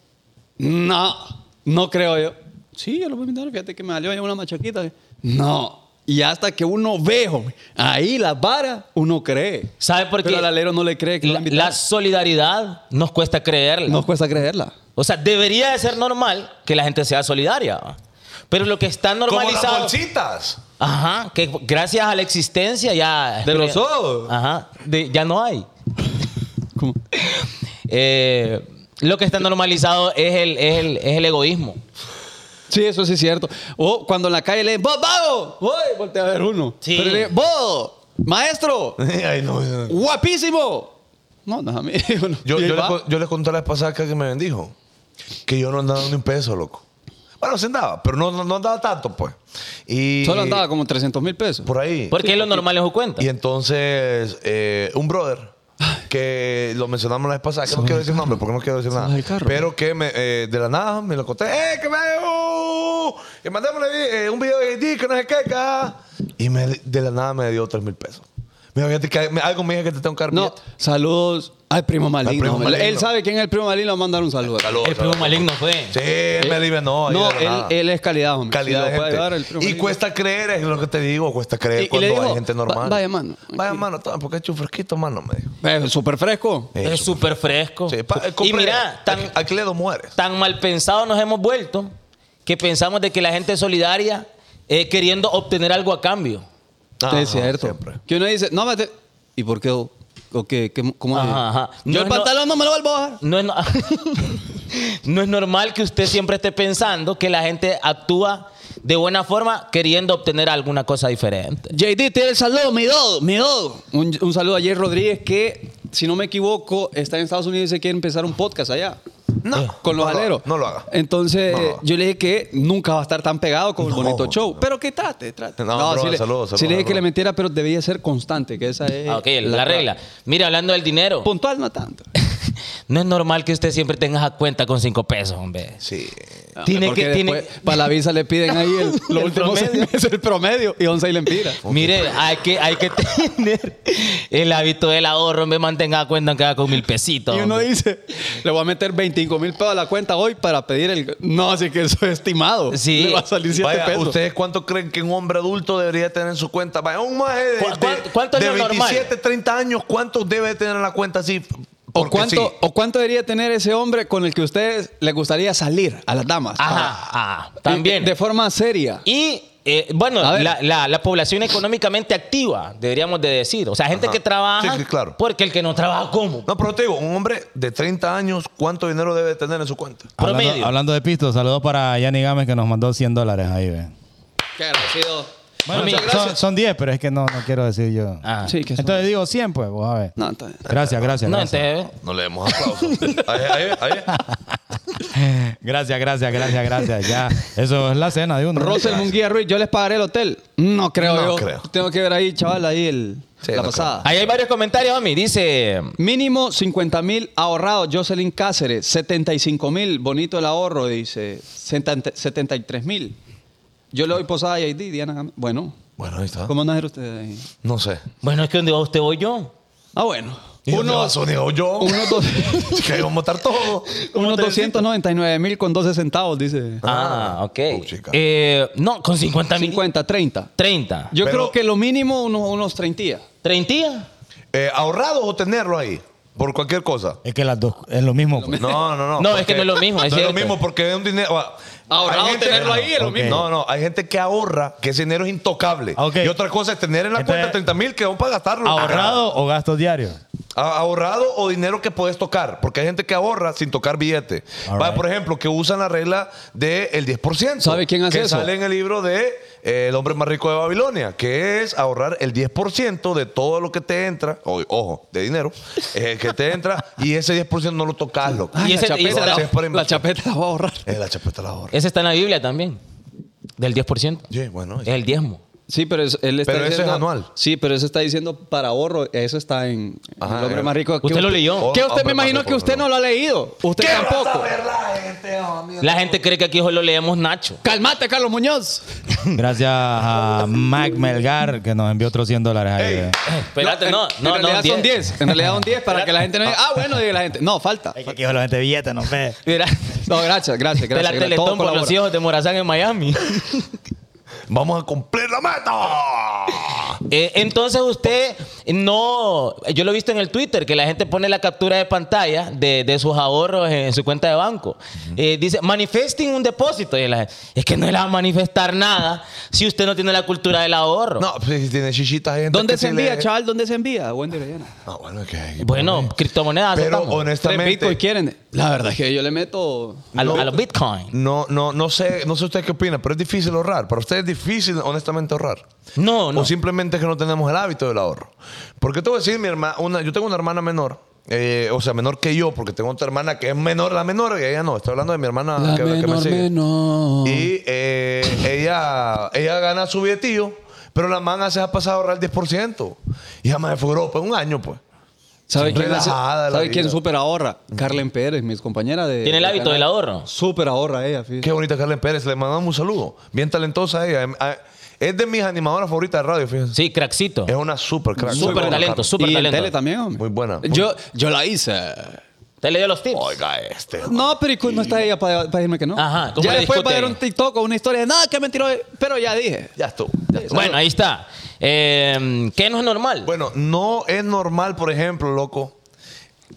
C: No, no creo yo. Sí, yo lo voy a invitar, fíjate que me salió ahí una machaquita. eh. No. Y hasta que uno ve, hombre, ahí las varas, uno cree.
A: ¿Sabe por qué?
C: Pero al alero no le cree que lo
A: La, la
C: invitaron.
A: solidaridad nos cuesta creerla.
C: Nos cuesta creerla.
A: O sea, debería de ser normal que la gente sea solidaria. ¿va? Pero lo que está
B: Como las
A: normalizado.
B: bolsitas. (laughs)
A: Ajá, que gracias a la existencia ya.
C: De los ojos.
A: Ajá, de- ya no hay. Eh, lo que está normalizado es el, es el, es el egoísmo.
C: Sí, eso sí es cierto. O cuando en la calle le dicen, ¡Vos, vago! ¡Voy! Voltea a ver uno.
A: Sí.
C: Pero le dicen, ¡Vos! Maestro,
B: Ay, no, no.
C: guapísimo. No, no, (laughs) amigo. no.
B: Yo,
C: Y ahí
B: yo, le,
C: va.
B: con- yo les conté la vez pasada que alguien me bendijo. Que yo no andaba ni un peso, loco. Bueno, sí andaba, pero no, no, no andaba tanto, pues. Y
C: Solo andaba como 300 mil pesos.
B: por ahí.
A: Porque es lo normal en su cuenta.
B: Y entonces, eh, un brother que lo mencionamos la vez pasada, que no quiero decir nombre porque no quiero decir nada,
C: el carro.
B: pero que me, eh, de la nada me lo conté, ¡eh, que me uh! Y mandémosle eh, un video de ID, que no sé qué, ca". Y me, de la nada me dio 3 mil pesos. Me dijo, "Fíjate que hay- me- algo me dijo que te tengo que dar
C: No,
B: billete".
C: saludos al primo maligno.
B: primo
C: hombre. Él
B: maligno.
C: sabe quién es el primo maligno, vamos a mandar un saludo.
B: Saludos,
A: El primo
B: saludos.
A: maligno fue.
B: Sí, él me alivianó. ahí
C: Eh, No,
B: de la
C: él,
B: nada.
C: él es calidad, hombre.
B: calidad
C: Si
B: de
C: lo puede
B: gente.
C: ayudar, el primo
B: y
C: maligno.
B: cuesta creer, es lo que te digo, cuesta creer
C: Y- y
B: cuando
C: le dijo,
B: hay gente
C: "Va-
B: normal.
C: vaya, mano.
B: Vaya, mano, toma, porque es chufresquito, mano, me dijo.
C: Eh, Súper fresco.
B: Eh,
A: Es súper fresco.
B: Sí, pa- eh,
A: y
B: compré-
A: mira, tan,
B: aquí- aquí le dos mujeres.
A: tan mal pensados nos hemos vuelto que pensamos de que la gente es solidaria eh, queriendo obtener algo a cambio.
B: Ah,
C: es cierto.
B: siempre.
C: Que uno dice, no, mate. ¿Y por qué? ¿O o qué? ¿Qué- ¿Cómo es?
A: Ajá, ajá. No
C: Yo el
A: es no-
C: pantalón no me lo vuelvo a bajar.
A: No (laughs) es, no- no es normal que usted siempre esté pensando que la gente actúa de buena forma queriendo obtener alguna cosa diferente.
C: JD, tiene el saludo, mi dodo, mi dodo. Un, un saludo a Jay Rodríguez que, si no me equivoco, está en Estados Unidos y se quiere empezar un podcast allá.
B: No,
C: Con los
B: Eh, no lo-
C: aleros.
B: no lo haga.
C: Entonces,
B: No lo haga.
C: yo le dije que nunca va a estar tan pegado con el
B: No,
C: bonito show.
B: no.
C: Pero que trate, trate.
B: No, bro,
C: sí le,
B: saludos,
C: sí
B: saludos,
C: le dije que
B: bro.
C: le metiera, pero debía ser constante, que esa es.
A: Ah, ok, la, regla. Mira, hablando del dinero,
C: Puntual no tanto.
A: no es normal que usted siempre tenga a cuenta con cinco pesos, hombre.
B: Sí.
A: Tiene
C: Ah, Porque
A: que- tiene-
C: después, Para la visa le piden ahí el, los
A: El
C: últimos seis (laughs)
A: promedio.
C: meses, el promedio y 11 y le empira.
A: Mire, hay que, hay que (laughs) tener el hábito del ahorro, hombre, mantenga a cuenta que haga con mil pesitos.
C: Y uno
A: hombre.
C: dice, le voy a meter 25 mil pesos a la cuenta hoy para pedir el... No, así que eso es estimado.
A: Sí.
C: Le va a salir 7
B: Vaya,
C: pesos.
B: ¿ustedes cuánto creen que un hombre adulto debería tener en su cuenta? Vaya, un maje de,
A: ¿Cu- cuánto- cuánto es
B: de
A: lo normal?
B: 27, 30 años, ¿cuánto debe tener en la cuenta así?
C: ¿O
B: Porque
C: cuánto,
B: sí.
C: ¿O cuánto debería tener ese hombre con el que ustedes les gustaría salir a las damas? Ah.
A: Ajá, ajá, también.
C: De, de forma seria.
A: Y eh, bueno,
C: A ver.
A: la, la- la población económicamente activa, deberíamos de decir. O sea, gente
B: Ajá.
A: que trabaja.
B: Sí, sí, claro.
A: Porque el que no trabaja, ¿cómo?
B: No, pero te digo, un hombre de 30 años, ¿cuánto dinero debe tener en su cuenta?
A: Promedio.
D: Hablando, hablando de pistos, saludos para Yanni Gámez que nos mandó 100 dólares ahí, ve.
C: Qué agradecido.
D: Bueno,
A: Amigo,
D: son- son, son 10, pero es que no, no quiero decir yo.
A: Ah.
C: Sí, que son-
D: Entonces digo 100, pues, vos a ver.
C: No, está bien.
D: Gracias, gracias.
A: No,
D: gracias.
A: entonces,
B: No le demos
C: (laughs)
B: aplausos. ahí, ahí, ahí.
D: (laughs) gracias, gracias, gracias, gracias. Ya, eso es la cena de uno.
C: Russell Munguía Ruiz, yo les pagaré el hotel. No creo
B: No
C: yo.
B: creo.
C: Tengo que ver ahí, chaval, ahí el,
B: Sí,
C: la
B: no
C: pasada.
A: ahí hay varios comentarios, mí Dice.
C: Mínimo 50 mil ahorrados, Jocelyn Cáceres. 75 mil, bonito el ahorro, dice. 70 73 mil. Yo le doy posada a JD, Diana. Gam- Bueno,
B: Bueno, ahí está.
C: ¿cómo andan ustedes ahí?
B: No sé.
A: Bueno, es que donde va usted voy yo.
B: (laughs)
C: Ah, bueno.
B: ¿Y dónde va
C: Unos,
B: Sonido yo? (laughs)
C: unos, dos-
B: que ahí vamos a estar todos.
C: unos 299 mil con 12 centavos, dice.
A: Ah, ok.
B: Oh, chica.
A: Eh, no, con 50 mil.
C: 50, 30.
A: 30.
C: Yo
B: Pero-
C: creo que lo mínimo unos, unos 30.
A: ¿30?
B: Eh, ¿Ahorrados o tenerlo ahí? Por cualquier cosa.
D: Es que las dos, es lo mismo. pues.
B: No, no, no.
A: No, es
B: porque-
A: que no es lo mismo, es
B: no es
A: cierto.
B: lo mismo porque es un dinero. ah,
C: Ahorrado
B: hay
C: tenerlo ahí es lo
B: Ok.
D: mismo.
B: No, no. Hay gente que ahorra, que ese dinero es intocable.
D: Ah, ok.
B: Y otra cosa es tener en la
D: Entonces,
B: cuenta 30 mil que van para gastarlo.
D: (laughs) ¿Ahorrado o gastos diarios?
B: Ah, Ahorrado o dinero que puedes tocar. Porque hay gente que ahorra sin tocar billete.
D: All
B: Vaya,
D: right.
B: Por ejemplo, que usan la regla del 10%.
C: ¿Sabe quién hace
B: que
C: eso?
B: sale en el libro de eh, El hombre más rico de Babilonia, que es ahorrar el 10% de todo lo que te entra, o- ojo, de dinero, eh, que te entra, y ese 10% no lo tocas, loco.
A: Y ese-
C: la,
A: y ese-
C: chapeta, la-
B: Gracias por la
C: la chapeta la voy a ahorrar.
B: Eh, la chapeta la ahorra.
A: Ese está en la Biblia también. Del 10%.
B: Sí, bueno,
A: Es el diezmo.
C: Sí, pero es- él está
B: Pero eso es
C: diciendo,
B: anual.
C: Sí, pero eso está diciendo para ahorro. Eso está en
B: Ajá,
C: El hombre
B: eh.
C: más rico.
A: Usted
C: ¿Qué
A: lo leyó.
C: Que usted
B: Hombre
C: me
B: más
C: imagino
B: rico,
C: que usted
B: perdón.
C: no lo ha leído. Usted tampoco.
A: La gente cree que aquí solo leemos Nacho.
C: Calmate, Carlos Muñoz.
D: Gracias a Mac Melgar que nos envió otros 100 dólares ahí. eh. ve.
A: Espérate, no,
C: Eh, en,
A: no,
C: en
A: no.
C: realidad son 10. En realidad son 10 para que la gente no diga. Ah, bueno, diga la gente. No, falta.
D: Es que aquí la gente billete, no ve.
A: Mira,
C: (laughs) No, gracias, gracias, gracias.
A: de la
C: gracias.
A: Teletón
C: Todo
A: por los
C: colabora.
A: hijos de Morazán en
C: (laughs)
A: Miami.
B: Vamos a cumplir la meta.
A: Eh, entonces usted no, yo lo he visto en el Twitter, que la gente pone la captura de pantalla de, de sus ahorros en su cuenta de banco. Eh, dice, manifesting un depósito. Y la gente, es que no le va a manifestar nada si usted no tiene la cultura del ahorro.
B: No, pues, si tiene chichitas hay gente.
C: ¿Dónde
B: que
C: se
B: sí le-
C: envía, chaval? ¿Dónde se envía? Wendy Orellana.
B: Ah, bueno, es que.
A: Bueno, criptomonedas
B: Pero
A: aceptamos.
C: Tres
B: honestamente.
C: bitcoins quieren. La verdad es que yo le meto.
A: a, lo- a los Bitcoin.
B: No, no, no sé, no sé usted qué opina, pero es difícil ahorrar. Para usted es difícil, honestamente, ahorrar.
A: No, no.
B: O simplemente es que no tenemos el hábito del ahorro. Porque te voy a decir, mi hermana, una, yo tengo una hermana menor. eh, o sea, menor que yo, porque tengo otra hermana que es menor, la menor, que ella no, estoy hablando de mi hermana
C: La
B: Ah, que, que me
C: menor,
B: sigue.
C: menor.
B: Y eh, ella, ella gana su billetillo, pero la man se ha pasado a ahorrar el 10%. Y jamás se fue a Europa, en un año, pues.
C: ¿Sabe quién, hace-
B: Relajada la
C: sabe
B: vida.
C: quién super ahorra? Carlen Pérez, mis compañeras de.
A: Tiene el hábito
C: canal.
A: del ahorro.
C: Super ahorra ella, fíjate.
B: Qué bonita Carmen Pérez, le mandamos un saludo. Bien talentosa ella. Em- a- Es de mis animadoras favoritas de radio, fíjense.
A: Sí, crackcito.
B: Es una super crack.
A: Súper
B: Muy buena,
A: talento,
B: Carmen.
A: súper
C: y en
A: talento.
C: tele también, hombre.
B: Muy buena.
C: Yo, yo la hice.
A: Te le dio los tips.
B: Oiga, este.
C: No, pero ¿y cu- no está ella para, para decirme que no.
A: Ajá, ¿cómo
C: Ya
A: la
C: después
A: discute
C: para ver
A: ella?
C: un TikTok o una historia de nada, qué mentiroso. Pero ya dije.
B: Ya estuvo. ya estuvo.
A: Bueno, ahí está. Eh, ¿Qué no es normal?
B: Bueno, no es normal, por ejemplo, loco.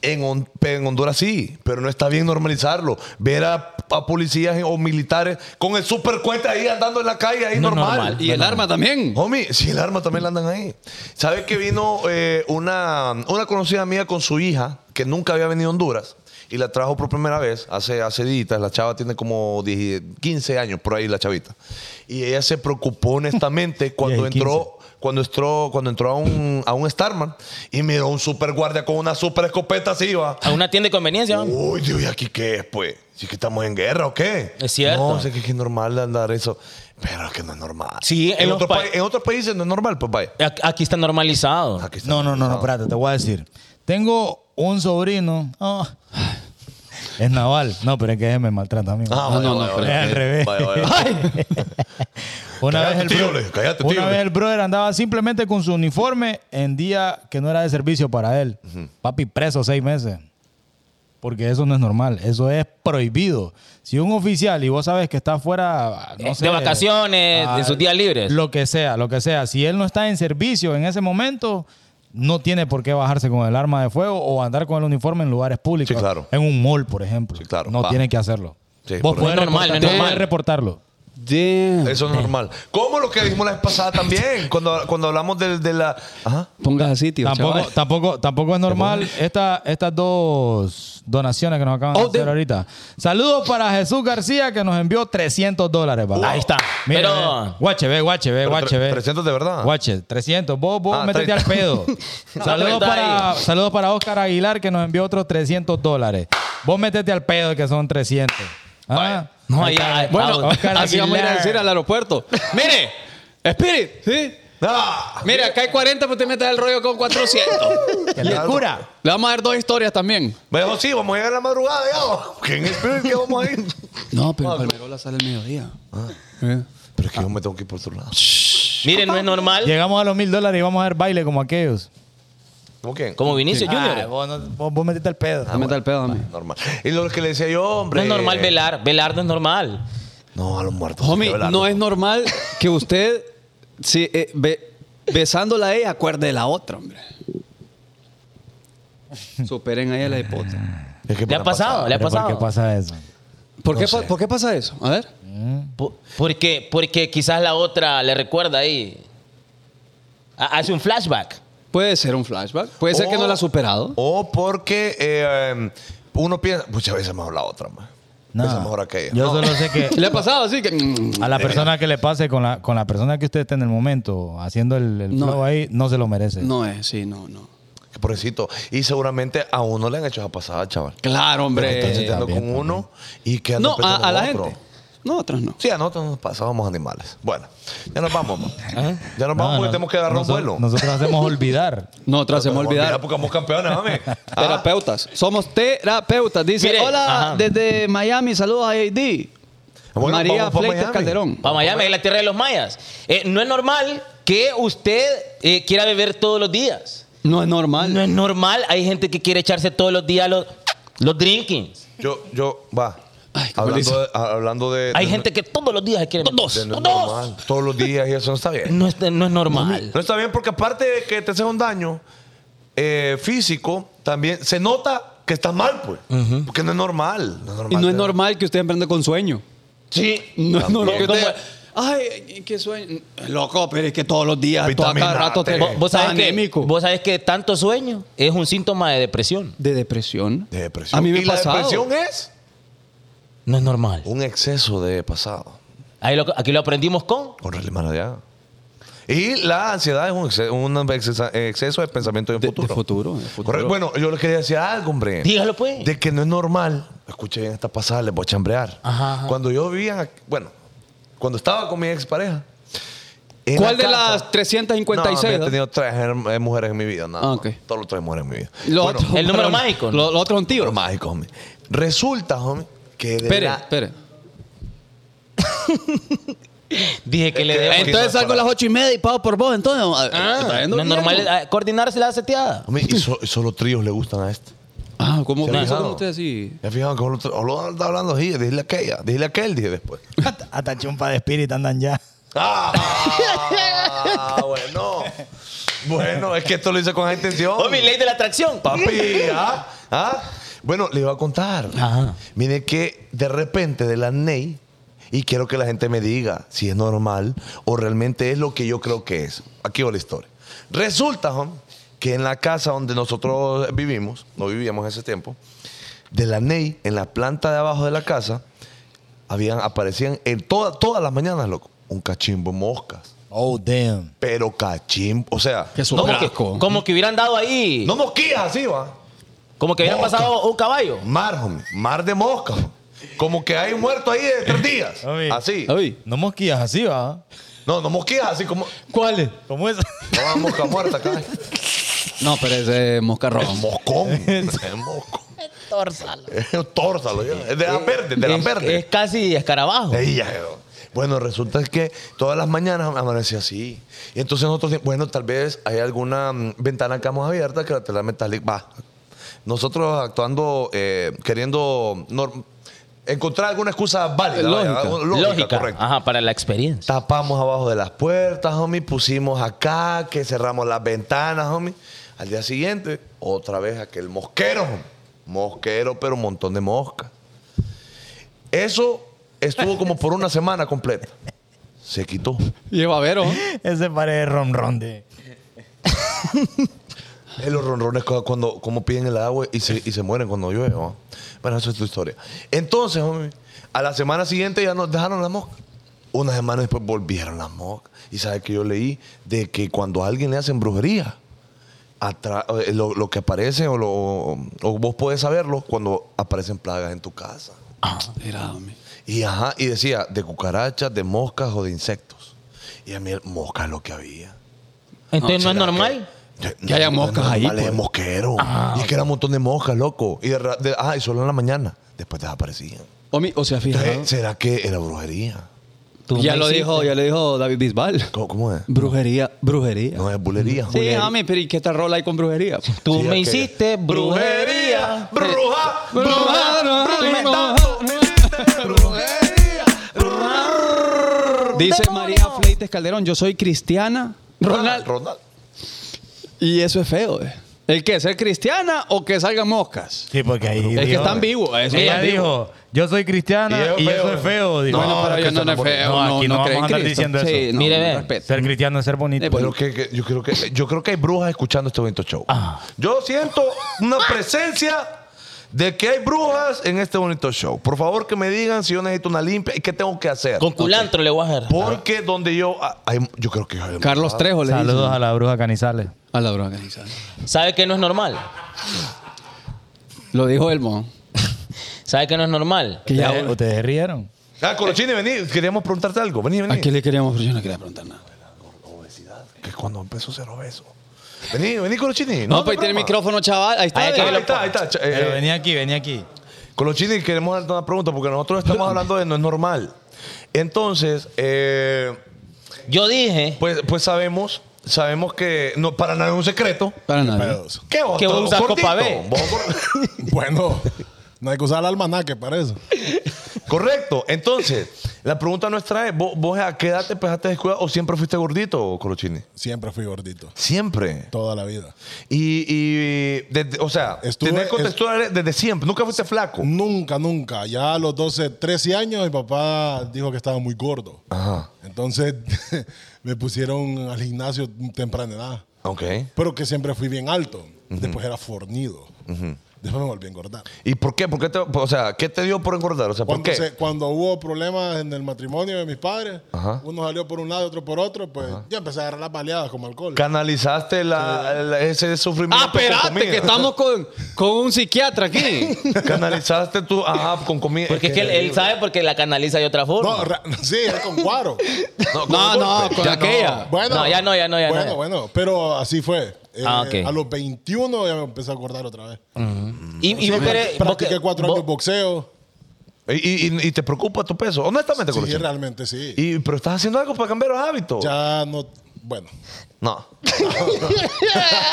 B: En, Hon- en Honduras sí, pero no está bien normalizarlo. Ver a, a policías o militares con el super ahí andando en la calle, ahí
A: No es
B: normal.
A: normal.
C: Y el arma también.
B: Homie, si el arma también la andan ahí. ¿Sabes que vino eh, una, una conocida mía con su hija que nunca había venido a Honduras y la trajo por primera vez hace, hace días? La chava tiene como 10 15 años por ahí, la chavita. Y ella se preocupó honestamente cuando
D: 10 y
B: entró. Cuando entró, cuando entró a un, a un Starman y miró un super guardia con una super escopeta así, va.
A: A una tienda de conveniencia. ¿no?
B: Uy, Dios, ¿y aquí qué es, pues? ¿Si que estamos en guerra o qué?
A: Es cierto.
B: No, sé que es normal andar eso. Pero es que no es normal.
A: Sí, en
B: en,
A: los
B: otros
A: pa-
B: pa- en otros países no es normal, pues vaya.
A: Ac- Aquí está normalizado.
B: Aquí está.
D: No, no, no, no, espérate, te voy a decir. Tengo un sobrino. ah, Es naval. No, pero es que él me maltrata a mí.
B: Ah,
C: No,
B: vaya,
C: no,
B: vaya,
C: no,
B: vaya.
D: Es al revés.
B: Vaya, vaya.
D: una
B: Cállate,
D: vez el
B: tío,
D: bro-
B: le- cállate,
D: una
B: tío,
D: vez
B: le.
D: el brother andaba simplemente con su uniforme en día que no era de servicio para él. Papi preso seis meses. Porque eso no es normal, eso es prohibido. Si un oficial y vos sabes que está fuera no
A: Eh,
D: sé,
A: de vacaciones, de
D: ah,
A: sus días libres.
D: Lo que sea, lo que sea. Si él no está en servicio en ese momento, no tiene por qué bajarse con el arma de fuego o andar con el uniforme en lugares públicos.
B: Sí, claro.
D: En un mall, por ejemplo.
B: Sí, claro,
D: No
B: va.
D: tiene que hacerlo.
B: Sí,
D: vos
B: por
D: podés
A: ahí. No es normal,
D: reportar-
A: no es
D: podés
A: normal.
D: reportarlo.
C: Damn.
B: Eso no es normal. Como lo que dijimos la vez pasada también, cuando, cuando hablamos del- de, la... Ajá.
C: Pongas así, tío.
D: Tampoco,
C: chaval.
D: tampoco, tampoco es normal esta- estas dos donaciones que nos acaban de
C: Oh,
D: hacer
C: damn.
D: ahorita. Saludos para Jesús García que nos envió 300 dólares. ¿vale?
A: Ahí está.
D: Mira,
A: Pero-
D: ve. guache, ve, guache, ve,
B: Pero
D: guache,
B: tre-
D: ve.
B: 300 de verdad.
D: Guache, 300. Vos, vos
B: Ah,
D: métete
B: 30. (laughs)
D: al pedo. saludos,
A: está
D: para, saludos para Oscar Aguilar que nos envió otros 300 dólares. Vos métete al pedo que son 300. Ah,
B: Vaya.
A: No, ya,
D: Oscar-
A: ya,
D: bueno, Oscar
C: Así vamos a ir a
D: Aguilar.
C: decir al aeropuerto. Mire, Spirit, ¿sí?
B: Ah,
C: Mire, acá hay 40, pues te metes al rollo con 400.
D: ¡Qué locura!
C: Le vamos a dar dos historias también.
B: bueno, sí, vamos a llegar a la madrugada ya. va. Que en el Spirit que vamos a ir.
C: No, pero Palmerola sale al mediodía.
B: Ah.
C: Eh.
B: Pero es que yo me tengo que ir por otro lado.
A: Miren, no es normal.
D: Llegamos a los mil dólares y vamos a dar baile como aquellos.
B: ¿Cómo quién?
A: Como Vinicius
D: Ay,
A: Junior.
D: vos, no- vos, vos metete al pedo.
B: Ah,
C: Te mete el pedo a mí.
B: Normal. Y lo que le decía yo,
A: No
B: hombre...
A: es normal velar. Velar no es normal.
B: No, a los muertos. hay
C: Homie,
B: que velar.
C: no es normal que usted, si, eh, be- besándola a ella, acuerde de la otra, hombre. Superen ahí a la hipótesis.
B: Es que
A: ¿Le ha
B: para
A: pasado? Ah,
B: pasar.
A: ¿Le ha
D: Pero ¿Por qué
A: pasado?
D: pasa eso?
C: ¿Por, qué,
B: sé.
C: pa- por qué pasa eso? A ver.
A: Po- Porque, porque quizás la otra le recuerda ahí. Ha- Hace un flashback.
C: Puede ser un flashback. Puede ser que
B: O-
C: no la ha superado.
B: O porque eh, uno piensa... Muchas veces mejor la otra, más.
D: No.
B: Esa es mejor aquella.
D: Yo
B: No.
D: solo
B: (laughs)
D: sé que
C: Le ha pasado así que. mm,
D: a la persona que le pase con la, con la persona que usted esté en el momento haciendo el, el
C: No.
D: flow ahí, no se lo merece.
C: No es, sí, no, no.
B: Qué Pobrecito. Y seguramente a uno le han hecho esa pasada, chaval.
C: Claro, hombre.
B: Están chateando
D: también,
B: con uno y que
C: no, a, a la gente. No, otras no.
B: Sí, a nosotros nos pasábamos animales. Bueno, ya nos vamos.
D: (laughs)
B: ma. Ya nos
D: ¿Eh? No,
B: vamos
D: no,
B: porque tenemos que agarrar
D: nosotros-
B: un vuelo.
D: Nosotros hacemos olvidar.
C: No, otras se me
B: Vamos a olvidar
C: olvidaron.
B: porque somos campeones,
D: (laughs)
B: mami. Ah,
C: Terapeutas. Somos terapeutas. Dice,
A: Mire,
C: hola
A: ajá.
C: desde Miami. Saludos a AD.
B: Bueno,
C: María
B: vamos pa'
C: Fleitas
B: Miami.
C: Calderón.
A: Para Miami, es la tierra de los mayas. Eh, no es normal que usted eh, quiera beber todos los días.
C: No es normal.
A: No es normal. Hay gente que quiere echarse todos los días los, los drinkings.
B: yo, yo, va.
C: Ay, qué
B: hablando,
C: bolizo.
B: de, a- hablando de.
A: Hay
B: de-
A: gente que todos los días se quiere.
C: Todos.
B: de no es
A: todos.
B: normal. Todos los días y eso no está bien.
A: No es, no es normal.
B: No está bien porque aparte de que te haces un daño eh, físico, también se nota que estás mal, pues. Porque no es normal. No es normal.
C: Y no es
B: te-
C: normal que usted emprenda con sueño.
A: Sí.
C: No es normal que
A: ¿Cómo
C: usted.
A: es?
C: Ay, qué sueño. Loco, pero es que todos los días, todo a cada
B: Vitaminate.
C: rato te
B: Vos-
A: ¿Vos
C: estás
A: sabés
C: anémico.
A: Que, vos sabés que tanto sueño es un síntoma de depresión.
C: De depresión.
B: De depresión.
C: A mí me
B: y
C: ha pasado.
B: la depresión es
A: No es normal.
B: un exceso de pasado.
A: Ahí lo- aquí lo aprendimos con.
B: Con Relly Maradiaga. Y la ansiedad es un exce- un exceso, exceso de pensamiento en
C: De- de
B: futuro.
C: futuro, de futuro.
B: Correcto. Bueno, yo les quería decir algo, hombre.
A: Dígalo, pues.
B: De que no es normal. Escuchen esta pasada, les voy a chambrear.
A: Ajá, ajá.
B: Cuando yo vivía, en- bueno, cuando estaba con mi expareja. en
C: ¿Cuál de
B: casa-
C: las 356?
B: No, hombre,
C: no?
B: he tenido tres her- eh, mujeres en mi vida, nada.
C: Ah,
B: más.
C: ok.
B: Todos los tres mujeres en mi vida.
C: Lo
B: Bueno,
C: otro-
A: el número
C: pero-
A: mágico, ¿no?
C: Lo, lo otro es un tío.
B: Pero mágico, homie. Resulta, homie, que de
C: Espere,
B: la-
C: espere.
A: Dije que le
B: que-
A: debo.
B: Entonces
C: Entonces salgo
B: salgo
C: a las ocho y media y pago por vos, entonces.
A: Ah, no es normal ah, coordinarse la seteada.
B: Homie, y so- y solo tríos le gustan a este.
C: Ah, ¿cómo
B: ¿Se
C: no,
B: ha
C: eso
B: fijado?
C: como usted así?
B: ¿Se ha fijado que otro- o lo está hablando así? Dile aquella, dile aquel, dije
C: (laughs)
B: después.
D: Hasta- Hasta chumpa de espíritu andan ya.
B: Ah, bueno. Bueno, es que esto lo hice con intención.
A: Oh, mi ley de la atracción. (laughs)
B: Papi, ¿ah? ¿Ah? Bueno, le iba a contar.
A: Ajá.
B: Mire que de repente de la NEI, y quiero que la gente me diga si es normal o realmente es lo que yo creo que es. Aquí va la historia. Resulta, homie, que en la casa donde nosotros vivimos, no vivíamos en ese tiempo, de la NEI, en la planta de abajo de la casa, habían, aparecían en toda- todas las mañanas, loco, un cachimbo de moscas.
D: Oh, damn.
B: Pero cachimbo, o sea,
C: Qué
A: Como
C: súper
A: que,
C: asco.
A: como que hubieran dado ahí.
B: no mosquillas así, va.
A: Como que hubieran pasado un caballo.
B: Mar, homie, mar de moscas. Como que hay un muerto ahí de tres
D: (laughs)
B: días.
D: Homie.
B: Así.
C: Uy,
D: No mosquillas así, va.
B: No, no mosquillas así como.
D: ¿Cuáles? ¿Cómo es?
B: No, va, mosca muerta acá.
C: No, pero ese es eh, moscarrón. (laughs)
B: Es moscón. Es mosco. Tórzalo. Tórzalo, ya. Es de la verde, de la
A: es,
B: verde.
A: es casi escarabajo.
B: Ey, ya, yo. Bueno, resulta que todas las mañanas amanece así. Y entonces nosotros, decimos, bueno, tal vez hay alguna mm, ventana que hemos abierta que la tela metálica va. Nosotros actuando, eh, queriendo nor- encontrar alguna excusa válida. vaya,
C: Lógica.
B: algo-
A: Lógica.
B: correcto.
A: Ajá, para la experiencia.
B: Tapamos abajo de las puertas, homie. Pusimos acá, que cerramos las ventanas, homie. Al día siguiente, otra vez aquel mosquero, homie. Mosquero, pero un montón de moscas. Eso estuvo como por una semana completa. Se quitó.
C: Lleva vero.
D: Ese parece ron ron de.
B: Es los ronrones cu- cuando como piden el agua y se, y se mueren cuando llueve. ¿no? Bueno, eso es tu historia. Entonces, homie, a la semana siguiente ya nos dejaron las moscas. Una semana después volvieron las moscas. Y sabes que yo leí de que cuando a alguien le hacen brujería, atra- eh, lo, lo que aparece o, lo, o vos podés saberlo cuando aparecen plagas en tu casa.
C: Ah. Mira, hombre.
B: Y, ajá, y decía de cucarachas, de moscas o de insectos. Y a mí el mosca es lo que había.
A: Entonces no es
B: ¿Será
A: normal.
B: Que,
C: Que haya
B: no, no,
C: moscas
B: no,
C: ahí,
B: vale,
C: pues.
B: es mosquero. y es que era un montón de moscas, loco. Y, de ra- de- ah, y solo en la mañana. Después desaparecían.
C: Homie, o sea,
B: Entonces,
C: fíjate.
B: ¿Será que era brujería?
A: Tú
C: Ya
A: me
C: lo
A: hiciste.
C: dijo, ya lo dijo David Bisbal.
B: ¿Cómo, cómo es?
C: Brujería, brujería.
B: No es bulería.
C: sí, homie, pero ¿y qué tal rola hay con brujería?
A: Tú
B: Sí,
A: me
B: aquella.
A: hiciste brujería.
B: bruja,
C: Bruja,
B: bruja,
C: Dice María Fleites Calderón, yo soy cristiana.
B: Ronald.
C: Ronald.
B: Ronald.
C: Y eso es feo, eh. ¿El qué? ¿Ser cristiana o que salgan moscas?
D: Sí, porque ahí.
C: Es que
D: dijo-
C: están vivos. Eso
D: Ella
C: están vivos.
D: dijo, yo soy cristiana y,
B: Y es
D: eso
B: feo.
D: es feo. Dijo.
C: bueno, pero yo no, no es feo.
D: No,
C: No,
D: aquí
C: no,
D: no
C: creen
D: vamos a estar
C: Cristo.
D: diciendo eso.
C: Sí, no,
A: Mire,
C: no,
A: ve.
C: respeto.
D: Ser cristiano es ser bonito.
C: Eh, pues,
B: Pero que, que- yo, creo que, yo creo que hay brujas escuchando este bonito show. Yo siento una presencia de que hay brujas en este bonito show. Por favor, que me digan si yo necesito una limpia y qué tengo que hacer.
A: Con culantro le voy a hacer.
B: Porque donde yo. ah, hay- yo creo que. hay-
C: Carlos Trejo le
D: Saludos
C: dice.
D: a la bruja Canizales.
C: a la bruja organizada.
A: ¿Sabe que no es normal?
C: Lo dijo Elmo.
A: ¿Sabe que no es normal?
C: Que ya, Eh,
D: ¿Ustedes, ustedes se rieron?
B: Ah, Colochini, vení. Queríamos preguntarte algo. Vení,
C: ¿A
B: vení.
C: qué le queríamos? Yo no quería preguntar nada.
B: Que cuando empezó a ser obeso. Vení, vení, Colochini.
C: No, pues tiene el micrófono, chaval. Ahí está.
A: Ay,
C: ve.
A: que
B: Ah,
A: lo-
B: ahí está, ahí está. Ch- eh,
D: Pero venía aquí, venía aquí.
B: Colochini, queremos darte una pregunta porque nosotros estamos hablando de no es normal. Entonces, eh,
A: Yo dije
B: pues, pues sabemos, sabemos que no, para nada es un secreto.
C: Para nada.
H: Pedos.
B: ¿Qué vos?
A: Que vos usás
B: Gordito.
A: Copa B.
B: Vos cor- (laughs)
H: Bueno, no hay que usar el almanaque para eso.
B: Correcto. Entonces, la pregunta nuestra es, ¿vos, vos a qué edad te empezaste a descuidar o siempre fuiste gordito, Colochini?
H: Siempre fui gordito.
B: Siempre.
H: Toda la vida.
B: Y, y desde- o sea,
H: Estuve-
B: tenés contextual desde siempre. Nunca fuiste flaco.
H: Nunca, nunca. Ya a los 12, 13 años, mi papá dijo que estaba muy gordo.
B: Ajá.
H: Entonces (laughs) me pusieron al gimnasio temprana edad.
B: Ok.
H: Pero que siempre fui bien alto. Después era fornido. Después me volví a engordar.
B: ¿Y por qué? ¿Por qué te, o sea, ¿qué te dio por engordar? O sea, ¿por
H: Cuando,
B: qué?
H: se- cuando hubo problemas en el matrimonio de mis padres,
B: Ajá.
H: uno salió por un lado y otro por otro, pues yo empecé a agarrar las baleadas como alcohol.
B: Canalizaste la, la- ese sufrimiento.
C: Ah,
B: con
C: espérate,
B: comida.
C: que estamos con, con un psiquiatra aquí.
B: Canalizaste tu. Ajá, con comida.
A: Porque es que él, él sabe porque la canaliza de otra forma.
H: no, ra- (laughs) sí, era con cuaro.
B: con
C: No, no,
B: golpe.
C: con
B: Ya
C: aquella.
H: Bueno,
A: No, ya no, ya no, ya no,
H: bueno,
A: ya.
H: bueno, pero así fue. Eh,
A: Ah, ok.
H: A los 21 ya me empecé a acordar otra vez.
A: y, y vos querés- Eh, vos
H: Practiqué
A: que-
H: cuatro
A: vos-
H: años boxeo.
B: ¿Y, y- y te preocupa tu peso? Honestamente,
H: Sí,
B: Colucci.
H: realmente sí.
B: y Pero estás haciendo algo para cambiar los hábitos.
H: ya no. Bueno.
B: No.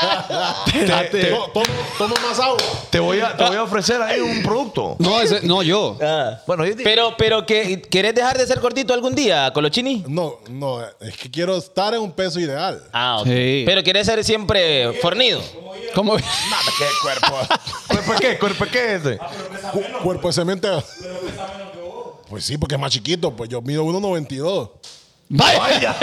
H: Tomo, tomo- tomo más agua.
B: Te voy, a, te voy a ofrecer ahí un producto.
C: No, ese- no, yo.
A: Ah.
B: Bueno, yo di-
A: Pero, pero que ¿querés dejar de ser gordito algún día, Colochini?
H: No, no, es que quiero estar en un peso ideal.
A: Ah, ok.
C: Sí.
A: Pero querés ser siempre fornido.
C: ¿Cómo?
B: ¿Qué cuerpo? ¿Cuerpo qué? ¿Cuerpo qué este? es ese?
H: Cu- cuerpo de cemento. Pues sí, porque es más chiquito. Pues yo mido 1.92.
B: ¡Vaya!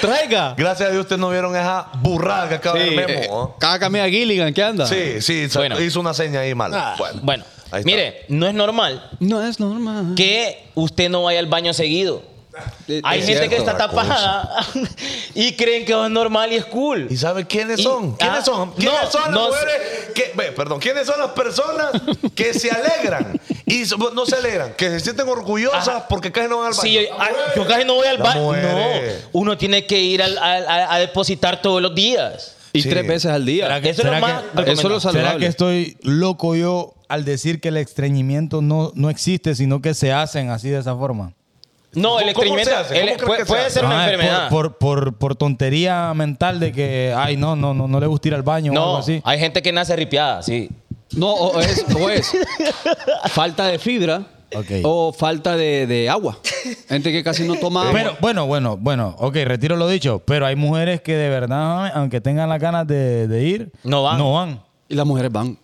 C: Traiga.
B: Gracias a Dios ustedes no vieron esa burrada que acaba de
C: Sí,
B: ver
C: eh,
B: Memo. ¿no?
C: cada camisa de Gilligan, ¿qué anda?
B: Sí, sí, sa-
A: Ah. Bueno. Ah.
B: hizo una seña ahí mal. bueno,
A: Bueno,
B: Ahí está.
A: mire, no es normal
C: No es normal.
A: que usted no vaya al baño seguido.
C: Eh,
A: Hay
C: es
A: gente que
C: cierto.
A: está tapada (laughs) y creen que eso es normal y es cool.
B: ¿Y sabe quiénes
A: Y-
B: son? ¿Quiénes
A: ah,
B: son? ¿Quiénes
A: no,
B: son las
A: no sé.
B: mujeres que- ve, perdón, ¿quiénes son las personas que se alegran? Y so- pues, no se alegran, que se sienten orgullosas
A: Ajá.
B: porque casi no van al baño.
A: Sí, yo, ah, yo casi no voy al
B: Las
A: baño.
B: mujeres.
A: No, uno tiene que ir al- al- a, a depositar todos los días.
C: Y
B: Sí.
C: tres veces al día.
D: ¿Será que-
A: Eso es lo
D: será
A: más.
D: que-
C: Eso es
A: recomendado.
C: lo saludable.
D: ¿Será que estoy loco yo al decir que el estreñimiento no, no existe, sino que se hacen así de esa forma?
A: No, el
B: ¿Cómo se
A: estreñimiento
B: hace? ¿Cómo
A: el-
B: crees
A: puede,
B: que se
A: puede
B: hace?
A: ser una
D: Ah, es
A: enfermedad.
D: Por, por, por, por tontería mental de que, ay, no, no, no, no le gusta ir al baño o algo
A: no,
D: así.
A: hay gente que nace ripiada, sí.
C: No, o es, o es falta de fibra
D: Ok.
C: o falta de, de agua. Gente que casi no toma
D: Pero
C: agua.
D: bueno, bueno, bueno, ok, retiro lo dicho, pero hay mujeres que de verdad, aunque tengan las ganas de, de ir,
A: No van.
D: No van.
C: Y las mujeres van.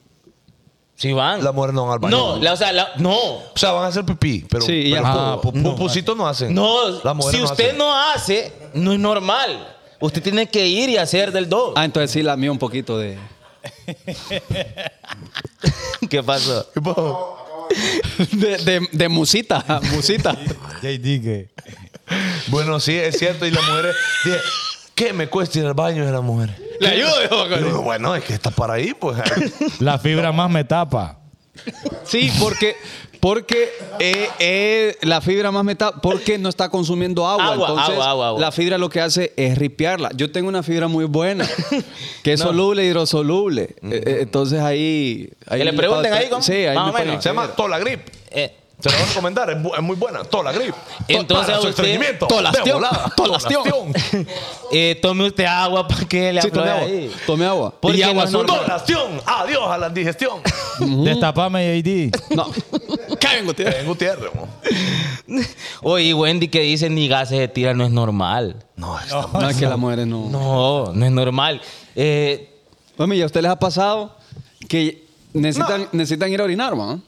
A: Sí van.
B: Las mujeres no van al baño.
A: No, la- o sea, la- no.
B: O sea, van a hacer pipí, pero,
C: Sí, y
B: pero
C: ah,
B: pu-
D: pu- no
B: pupusito no hacen.
A: No,
B: Las mujeres
A: si usted
B: hacen.
A: no hace, no es normal. Usted tiene que ir y hacer del dos.
C: Ah, entonces sí la mía un poquito de. (laughs)
A: ¿Qué pasó?
B: (laughs)
C: De, de, de musita, (laughs) musita.
D: JD que.
B: Bueno, sí, es cierto. Y las mujeres... dije, ¿Qué me cuesta ir al baño de las mujeres?
C: Le ayudo,
B: Y yo
A: eh.
B: digo,
C: yo.
B: bueno, es que está para ahí, pues.
A: (laughs)
D: La fibra más me tapa.
C: Sí, porque, porque eh, eh, la fibra más meta, porque no está consumiendo agua.
A: Agua,
C: Entonces,
A: agua, agua, agua.
C: la fibra lo que hace es ripiarla. Yo tengo una fibra
A: (laughs)
C: muy buena, que es soluble, hidrosoluble. Eh, eh, entonces ahí. ahí
A: Que le
C: mi
A: pregunten
C: pauta-
A: ahí cómo-
C: Sí, ahí
A: más
C: mi
A: o menos.
B: Se llama Tola Grip.
A: Eh,
B: Se lo voy a recomendar, es, bu- es muy buena. Tola Grip.
A: Entonces
B: para su
A: usted-
B: estreñimiento.
C: Tolastión.
B: De volada.
C: Tolastión.
A: (laughs) eh, tome usted agua para que le
C: Sí, tomé
A: afloje
C: agua.
A: ahí.
C: Tomé agua.
A: Porque
C: Y agua
A: no-
C: solo.
B: Tolastión. Adiós a la
A: (laughs)
B: indigestión.
D: Destapame, JD.
C: No. Kevin Gutiérrez.
B: en Gutiérrez. mo.
A: Oye, y Wendy que dice ni gases de tira no es normal.
B: No, está mal.
C: No, es que las mujeres no.
A: No, no es normal. Eh,
C: Mami, ¿y a usted les ha pasado que necesitan, necesitan ir a orinar, man?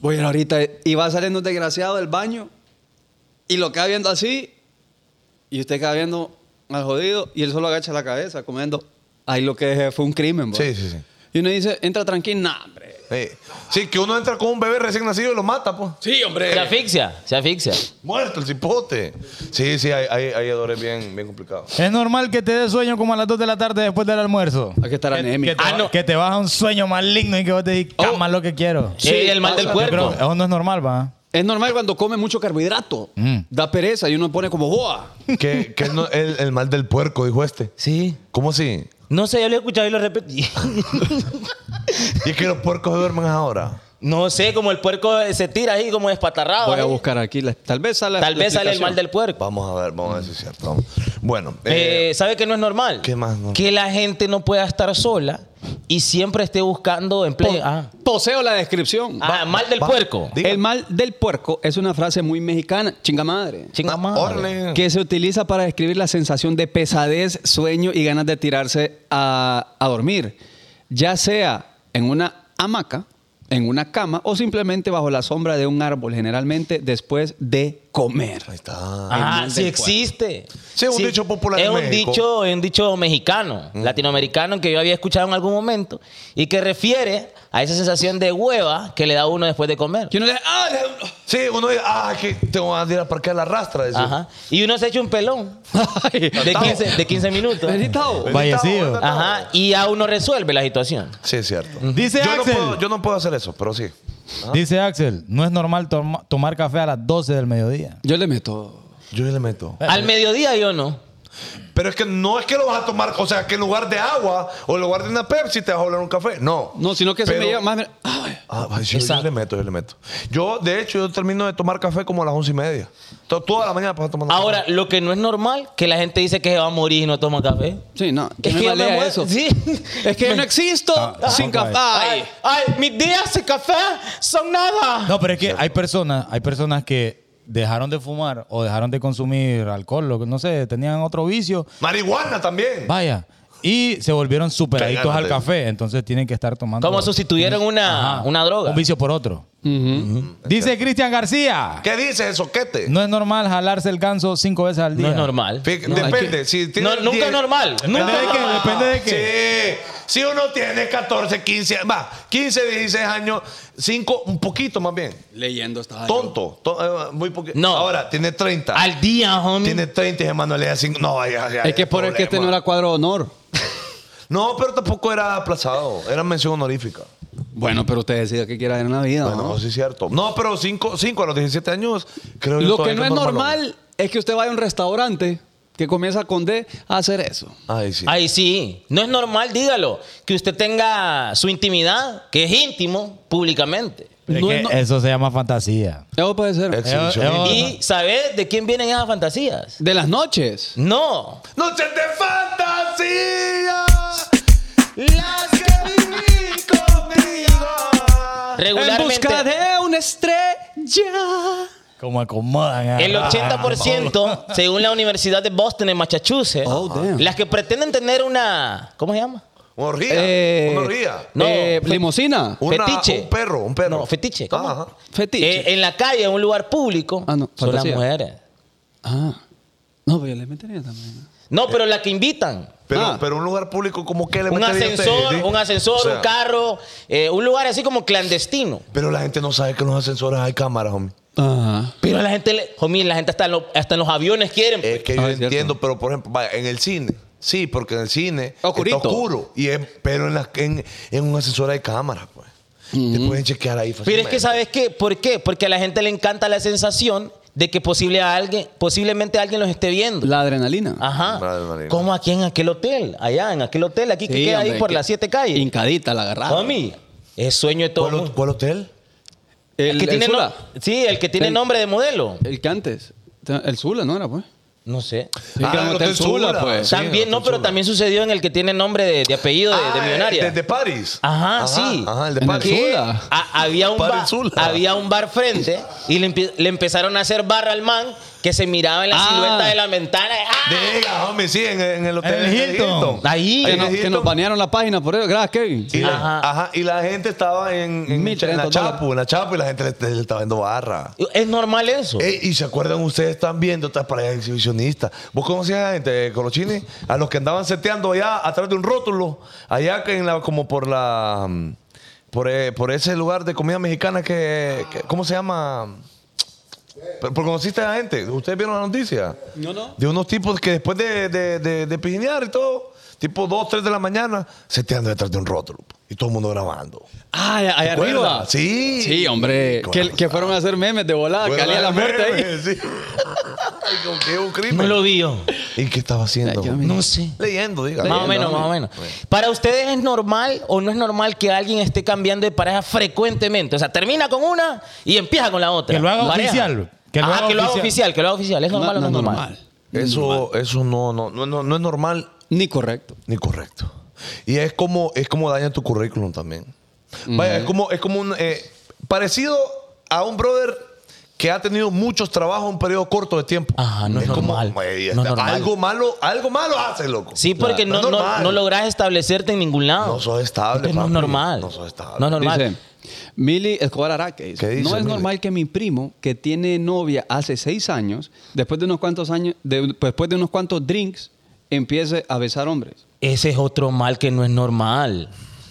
C: Voy a ir ahorita y va saliendo un desgraciado del baño y lo queda viendo así y usted queda viendo al jodido y él solo agacha la cabeza comiendo. Ahí lo que dejé fue un crimen, bo.
B: Sí, sí, sí.
C: Y uno dice, entra tranquilo, nah, hombre.
B: Sí. Sí, que uno entra con un bebé recién nacido y lo mata, pues.
C: Sí, hombre.
A: se asfixia, se asfixia.
B: Muerto el cipote. Sí, sí, hay, hay, hay hedores bien, bien complicados.
D: Es normal que te dé sueño como a las 2 de la tarde después del almuerzo.
C: Hay que estar
D: Que
C: anémico.
B: Ah,
D: te, que te baja un sueño maligno y que vos te digas,
A: Oh.
D: cama lo que quiero.
A: Sí, el mal del
C: pasa.
D: Yo creo
A: cuerpo.
D: que eso no es normal, va.
C: Es normal cuando come mucho carbohidrato.
D: Mm.
C: Da pereza y uno pone como boa.
B: que que no- el, el mal del puerco, dijo este.
A: Sí.
B: ¿Cómo así?
A: No sé, yo lo he escuchado y lo repetí. (laughs)
B: Y es que los puercos duermen ahora.
A: no sé, como el puerco se tira ahí como despatarrado.
C: Voy a
A: ahí.
C: buscar aquí. la- tal vez sale,
A: Tal
C: la
A: vez sale el mal
C: explicación.
A: del puerco.
B: Vamos a ver, vamos a ver si es cierto. Bueno, eh,
A: Eh, ¿Sabe que no es normal?
B: ¿Qué más no?
A: Que la gente no pueda estar sola y siempre esté buscando empleo.
C: Po-
A: ah,
C: Poseo la descripción.
A: Ah, mal del
B: va.
A: puerco.
B: Diga.
C: El mal del puerco es una frase muy mexicana, chinga madre,
A: Chinga
B: Ah,
A: madre.
B: órale.
C: que se utiliza para describir la sensación de pesadez, sueño y ganas de tirarse a, a dormir, ya sea en una hamaca, en una cama o simplemente bajo la sombra de un árbol, generalmente después de comer.
A: Ah,
C: mal
A: sí
C: del cuerpo.
A: existe.
B: Sí, es un dicho popular
A: Es
B: en
A: un
B: México.
A: dicho, es un dicho mexicano, latinoamericano que yo había escuchado en algún momento y que refiere a esa sensación de hueva que le da uno después de comer.
C: Que uno le- ¡Ah! le-
B: Sí, uno dice, ah, que tengo ganas de ir a parquear la rastra. decía.
A: Ajá. Y uno se echa un pelón
C: Ay,
A: (laughs) de 15, de 15 minutos.
C: Benito.
B: Bendita
D: Vallecillo.
B: onda, no.
A: Ajá. Y a uno resuelve la situación.
B: Sí, es cierto.
D: Dice
B: yo,
D: Axel.
B: No puedo, yo no puedo hacer eso, pero sí.
D: Dice Axel, no es normal toma- tomar café a las 12 del mediodía.
C: Yo le meto.
B: Yo le meto.
A: Al mediodía yo no.
B: Pero es que no es que lo vas a tomar, o sea, que en lugar de agua o en lugar de una Pepsi te vas a oler un café. No.
C: No, sino que eso
B: Pero-
C: me lleva más. me- Ay,
B: Ah, ay, yo, yo le meto, yo le meto. Yo, de hecho, yo termino de tomar café como a las once y media. To- Toda la mañana paso tomando
A: Ahora,
B: café.
A: lo que no es normal, que la gente dice que se va a morir y no toma café.
C: sí, no. Que
A: Es
C: me
A: que yo me
C: valía
A: muero.
C: eso.
A: Sí.
C: Es que yo no existo sin
D: no,
C: café.
D: pues.
A: Ay,
C: Ay.
A: ay, mis días sin café son nada.
D: No, pero es que hay personas, hay personas que dejaron de fumar o dejaron de consumir alcohol, lo que- no sé, tenían otro vicio,
B: Marihuana también.
D: vaya, y se volvieron súper adictos al
B: Cállate.
D: café, entonces tienen que estar tomando...
A: Como sustituyeron una,
D: Ajá,
A: Ah, una droga.
D: Ah, Un vicio por otro. Dice Cristian García,
B: ¿Qué dices eso, soquete?
D: no es normal jalarse el ganso cinco veces al día.
A: No es normal.
B: Fí-
C: No, hay
B: depende.
C: que-
B: si
A: No,
B: tienes
A: nunca es normal. Nunca
D: ¿Depende de
A: es
D: qué?
A: normal.
D: Depende de qué.
B: Sí. Si uno tiene 14, 15, va, 15, 16 años, 5, un poquito más bien.
C: Leyendo esta.
B: Tonto. to- eh, muy poquito.
A: No.
B: Ahora, tiene 30.
A: Al día, homie.
B: Tiene 30 y hermano le da 5. No, ya, ya,
C: Es que
B: ya,
C: por el que este no
B: problema.
C: era cuadro de honor.
B: No, pero tampoco era aplazado. Era mención honorífica.
C: Bueno, pero usted decida qué quiera hacer en la vida.
B: Bueno,
C: ¿no?
B: sí es cierto. No, pero 5 a los 17 años, creo yo
C: Lo
B: todavía
C: que no es normal es que usted vaya a un restaurante que comienza con D a hacer eso.
B: Ay, sí.
A: Ay, sí. No es normal, dígalo, que usted tenga su intimidad, que es íntimo, públicamente.
D: Es
C: No
D: que
C: es no-
D: Eso se llama fantasía.
C: Eso puede ser.
B: Exhibición.
D: Eh, eh,
A: ¿Y sabes de quién vienen esas fantasías?
C: De las noches.
A: No.
B: Noches de fantasía. Las que viví conmigo.
C: En
A: Regularmente.
C: busca de una estrella.
D: Como acomodan. ah. a-
C: Ah,
A: El 80%, (laughs) según la Universidad de Boston en Massachusetts,
C: Oh, damn.
A: las que pretenden tener una. ¿Cómo se llama?
B: Una orgía.
C: Eh,
B: una orgía.
A: No,
C: eh,
A: fe-
C: limosina.
B: Una-
A: fetiche.
B: Un perro, un perro.
A: No, fetiche, ¿cómo?
B: Ah, ajá.
C: Fetiche.
A: Eh, en la calle, en un lugar público,
C: Ah, no,
A: son las
C: fantasía.
A: mujeres.
C: Ah. No, pero yo le metería también.
A: No, pero las que invitan.
B: Pero,
C: Ah.
B: pero un lugar público como que le
A: Un
B: metería a
A: ascensor,
B: ustedes, ¿sí?
A: un ascensor,
B: O sea,
A: un carro, eh, un lugar así como clandestino.
B: Pero la gente no sabe que en los ascensores hay cámaras, homie.
C: Ajá.
A: Pero la gente, le- homie, la gente hasta en, lo- hasta en los aviones quieren. pues.
B: Es que
C: Ah,
B: yo
C: es cierto.
B: entiendo, pero por ejemplo, vaya, en el cine. Sí, porque en el cine
C: Oscurito.
B: está oscuro. Y es, pero en, la- en, en un ascensor hay cámaras, pues. Te pueden chequear ahí
A: Pero Mm. es
B: fácilmente.
A: que, ¿sabes qué? ¿Por qué? Porque a la gente le encanta la sensación de que posible a alguien, posiblemente alguien los esté viendo.
C: La adrenalina.
A: Ajá.
B: Madre Marina.
A: Como aquí en aquel hotel, allá en aquel hotel, aquí que queda ahí por las siete calles.
C: Hincadita la agarrada.
A: Homie, es sueño de todo.
B: ¿Cuál,
A: mundo.
B: cuál hotel?
C: El,
A: El que tiene
C: Zula.
A: no- sí, el que tiene
C: El-
A: nombre de modelo.
C: El que antes. El Zula, ¿no era, pues?
A: No sé.
C: El que
B: Ah,
C: era
B: el
C: Hotel
B: Hotel
C: Zula,
B: Zula.
C: pues.
B: Sí,
A: también, no,
B: Hotel
A: pero
B: Zula.
A: también sucedió en el que tiene nombre de, de apellido de, de
B: Ah,
A: millonaria.
B: el de, de Paris.
A: Ajá, sí.
B: Ajá, el de
C: En el
B: Paris.
C: sur.
A: Que
C: Zula.
A: a- Ah, había, un
B: Para
A: bar,
B: el Zula.
A: había un bar frente y le, empe- le empezaron a hacer barra al man que se miraba en la
C: Ah.
A: silueta de la ventana. ¡Ah!
B: Diga, homie, sí, en, en el hotel
D: En el Hilton.
A: Ahí.
C: Que,
B: en
C: no-
B: el
C: que nos
B: Hilton.
C: banearon la página por eso. Gracias, Kevin.
B: Y la,
A: Ajá.
B: ajá. y la gente estaba en, en, en
C: Mil
B: la
C: trescientos
B: Chapu, en la Chapu, y la gente le, le estaba viendo barra.
A: Es normal eso.
B: Ey, y se acuerdan ustedes también de otras parejas exhibicionistas. ¿Vos conocías a la gente, eh, Colochini? A los que andaban seteando allá atrás de un rótulo, allá que en la, como por la. mm, Por, eh, por ese lugar de comida mexicana que. que- ¿Cómo se llama? Pero, pero conociste a la gente. ¿Ustedes vieron la noticia?
C: No, no.
B: De unos tipos que después de, de, de, de pijinear y todo, tipo 2, 3 de la mañana, seteando detrás de un rótulo. Y todo el mundo grabando.
C: Ah, allá allá
B: acuerdas?
C: arriba.
B: Sí.
C: Sí, hombre.
B: Sí,
C: Que,
B: claro.
C: que fueron a hacer memes de volada. Ah, que
B: Bueno,
C: había la muerte ¿eh? ahí.
B: meme, (laughs) sí. Ay, como que es un crimen.
A: no lo vio.
B: ¿Y qué estaba haciendo?
C: Ay, yo me-
A: No sé.
B: Leyendo, diga.
A: Más o menos, más o menos. Para ustedes es normal o no es normal que alguien esté cambiando de pareja frecuentemente. O sea, termina con una y empieza con la otra.
D: Que lo haga
A: Pareja.
D: oficial.
A: Que lo, haga, que lo haga oficial, que lo haga oficial. ¿Es normal o no es normal?
B: Eso, eso no, no, no, no, no es normal
C: Ni correcto.
B: ni correcto. Y es como, es como daña tu currículum también. Vaya, es como, es como un eh, parecido a un brother que ha tenido muchos trabajos en un periodo corto de tiempo.
A: Ajá, no es
B: como,
A: normal.
B: "Ey,
A: No es
B: está-
A: normal".
B: Algo malo, algo malo hace, loco.
A: Sí, porque
B: Claro.
A: no,
B: No es
A: no,
B: normal.
A: no logras establecerte en ningún lado.
B: No sos estable,
A: Entonces, no es
B: papi.
A: normal.
B: No sos estable.
A: No es normal.
C: Dice- Mili Escobar Araque
B: ¿Qué
C: dice,
B: dice,
C: no es
B: Mili?
C: normal que mi primo, que tiene novia hace seis años, después de unos cuantos años, de- después de unos cuantos drinks, empiece a besar hombres.
A: Ese es otro mal que no es normal.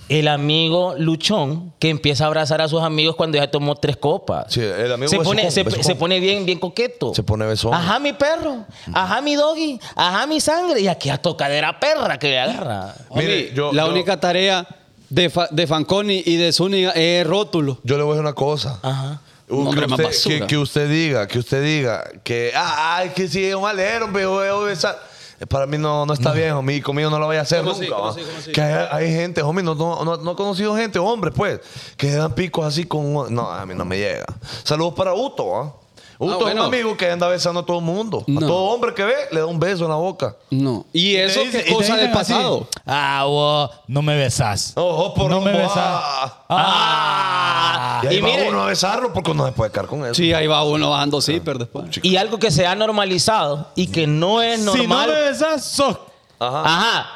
A: El amigo luchón que empieza a abrazar a sus amigos cuando ya tomó tres copas.
B: Sí, el amigo
A: se
B: besucón,
A: pone, se,
B: besucón.
A: se pone bien, bien coqueto.
B: Se pone besón.
A: Ajá, mi perro. Ajá, mi doggy. Ajá, mi sangre. Y aquí a tocadera perra que le agarra.
B: Mire,
C: Homie,
B: yo-
C: la
B: yo-
C: única tarea de, Fa- de Fanconi y de Zúñiga es rótulo.
B: Yo le voy a decir una cosa.
A: Ajá.
B: Un-
C: Hombre, más
B: que, usted,
C: basura.
B: que- que usted diga, que usted diga que, ah, ay, que sí, es un alero, pero voy a besar. Eh, Para mí no, no está bien, homie, conmigo no lo vaya a hacer
C: ¿Cómo
B: nunca.
C: así? ¿Cómo
B: ¿va?
C: así? ¿Cómo así?
B: Que hay, hay gente, homie, no, no, no- no he conocido gente, hombres, pues, que dan picos así con. No, a mí no me llega. Saludos para Uto, ¿va? Uto es
C: Ah,
B: un
C: bueno.
B: amigo que anda besando a todo el mundo.
C: No.
B: A todo hombre que ve, le da un beso en la boca.
C: No. Y
B: te
C: eso
B: dice-
C: que
B: y
C: es
B: te
C: cosa
D: dicen
C: del
D: así.
C: pasado.
A: Ah, vos.
D: No me besás.
B: Ojo por
D: no me
B: ojo,
D: besás.
B: ah.
A: Ah.
B: Y, ahí
A: Y
B: va
A: mire-
B: uno a besarlo porque no se puede quedar con eso.
C: Sí, ahí va uno bajando zipper después.
A: Y algo que se ha normalizado y que no es normal.
D: Si no me besás, sos.
C: Ah.
A: Ajá.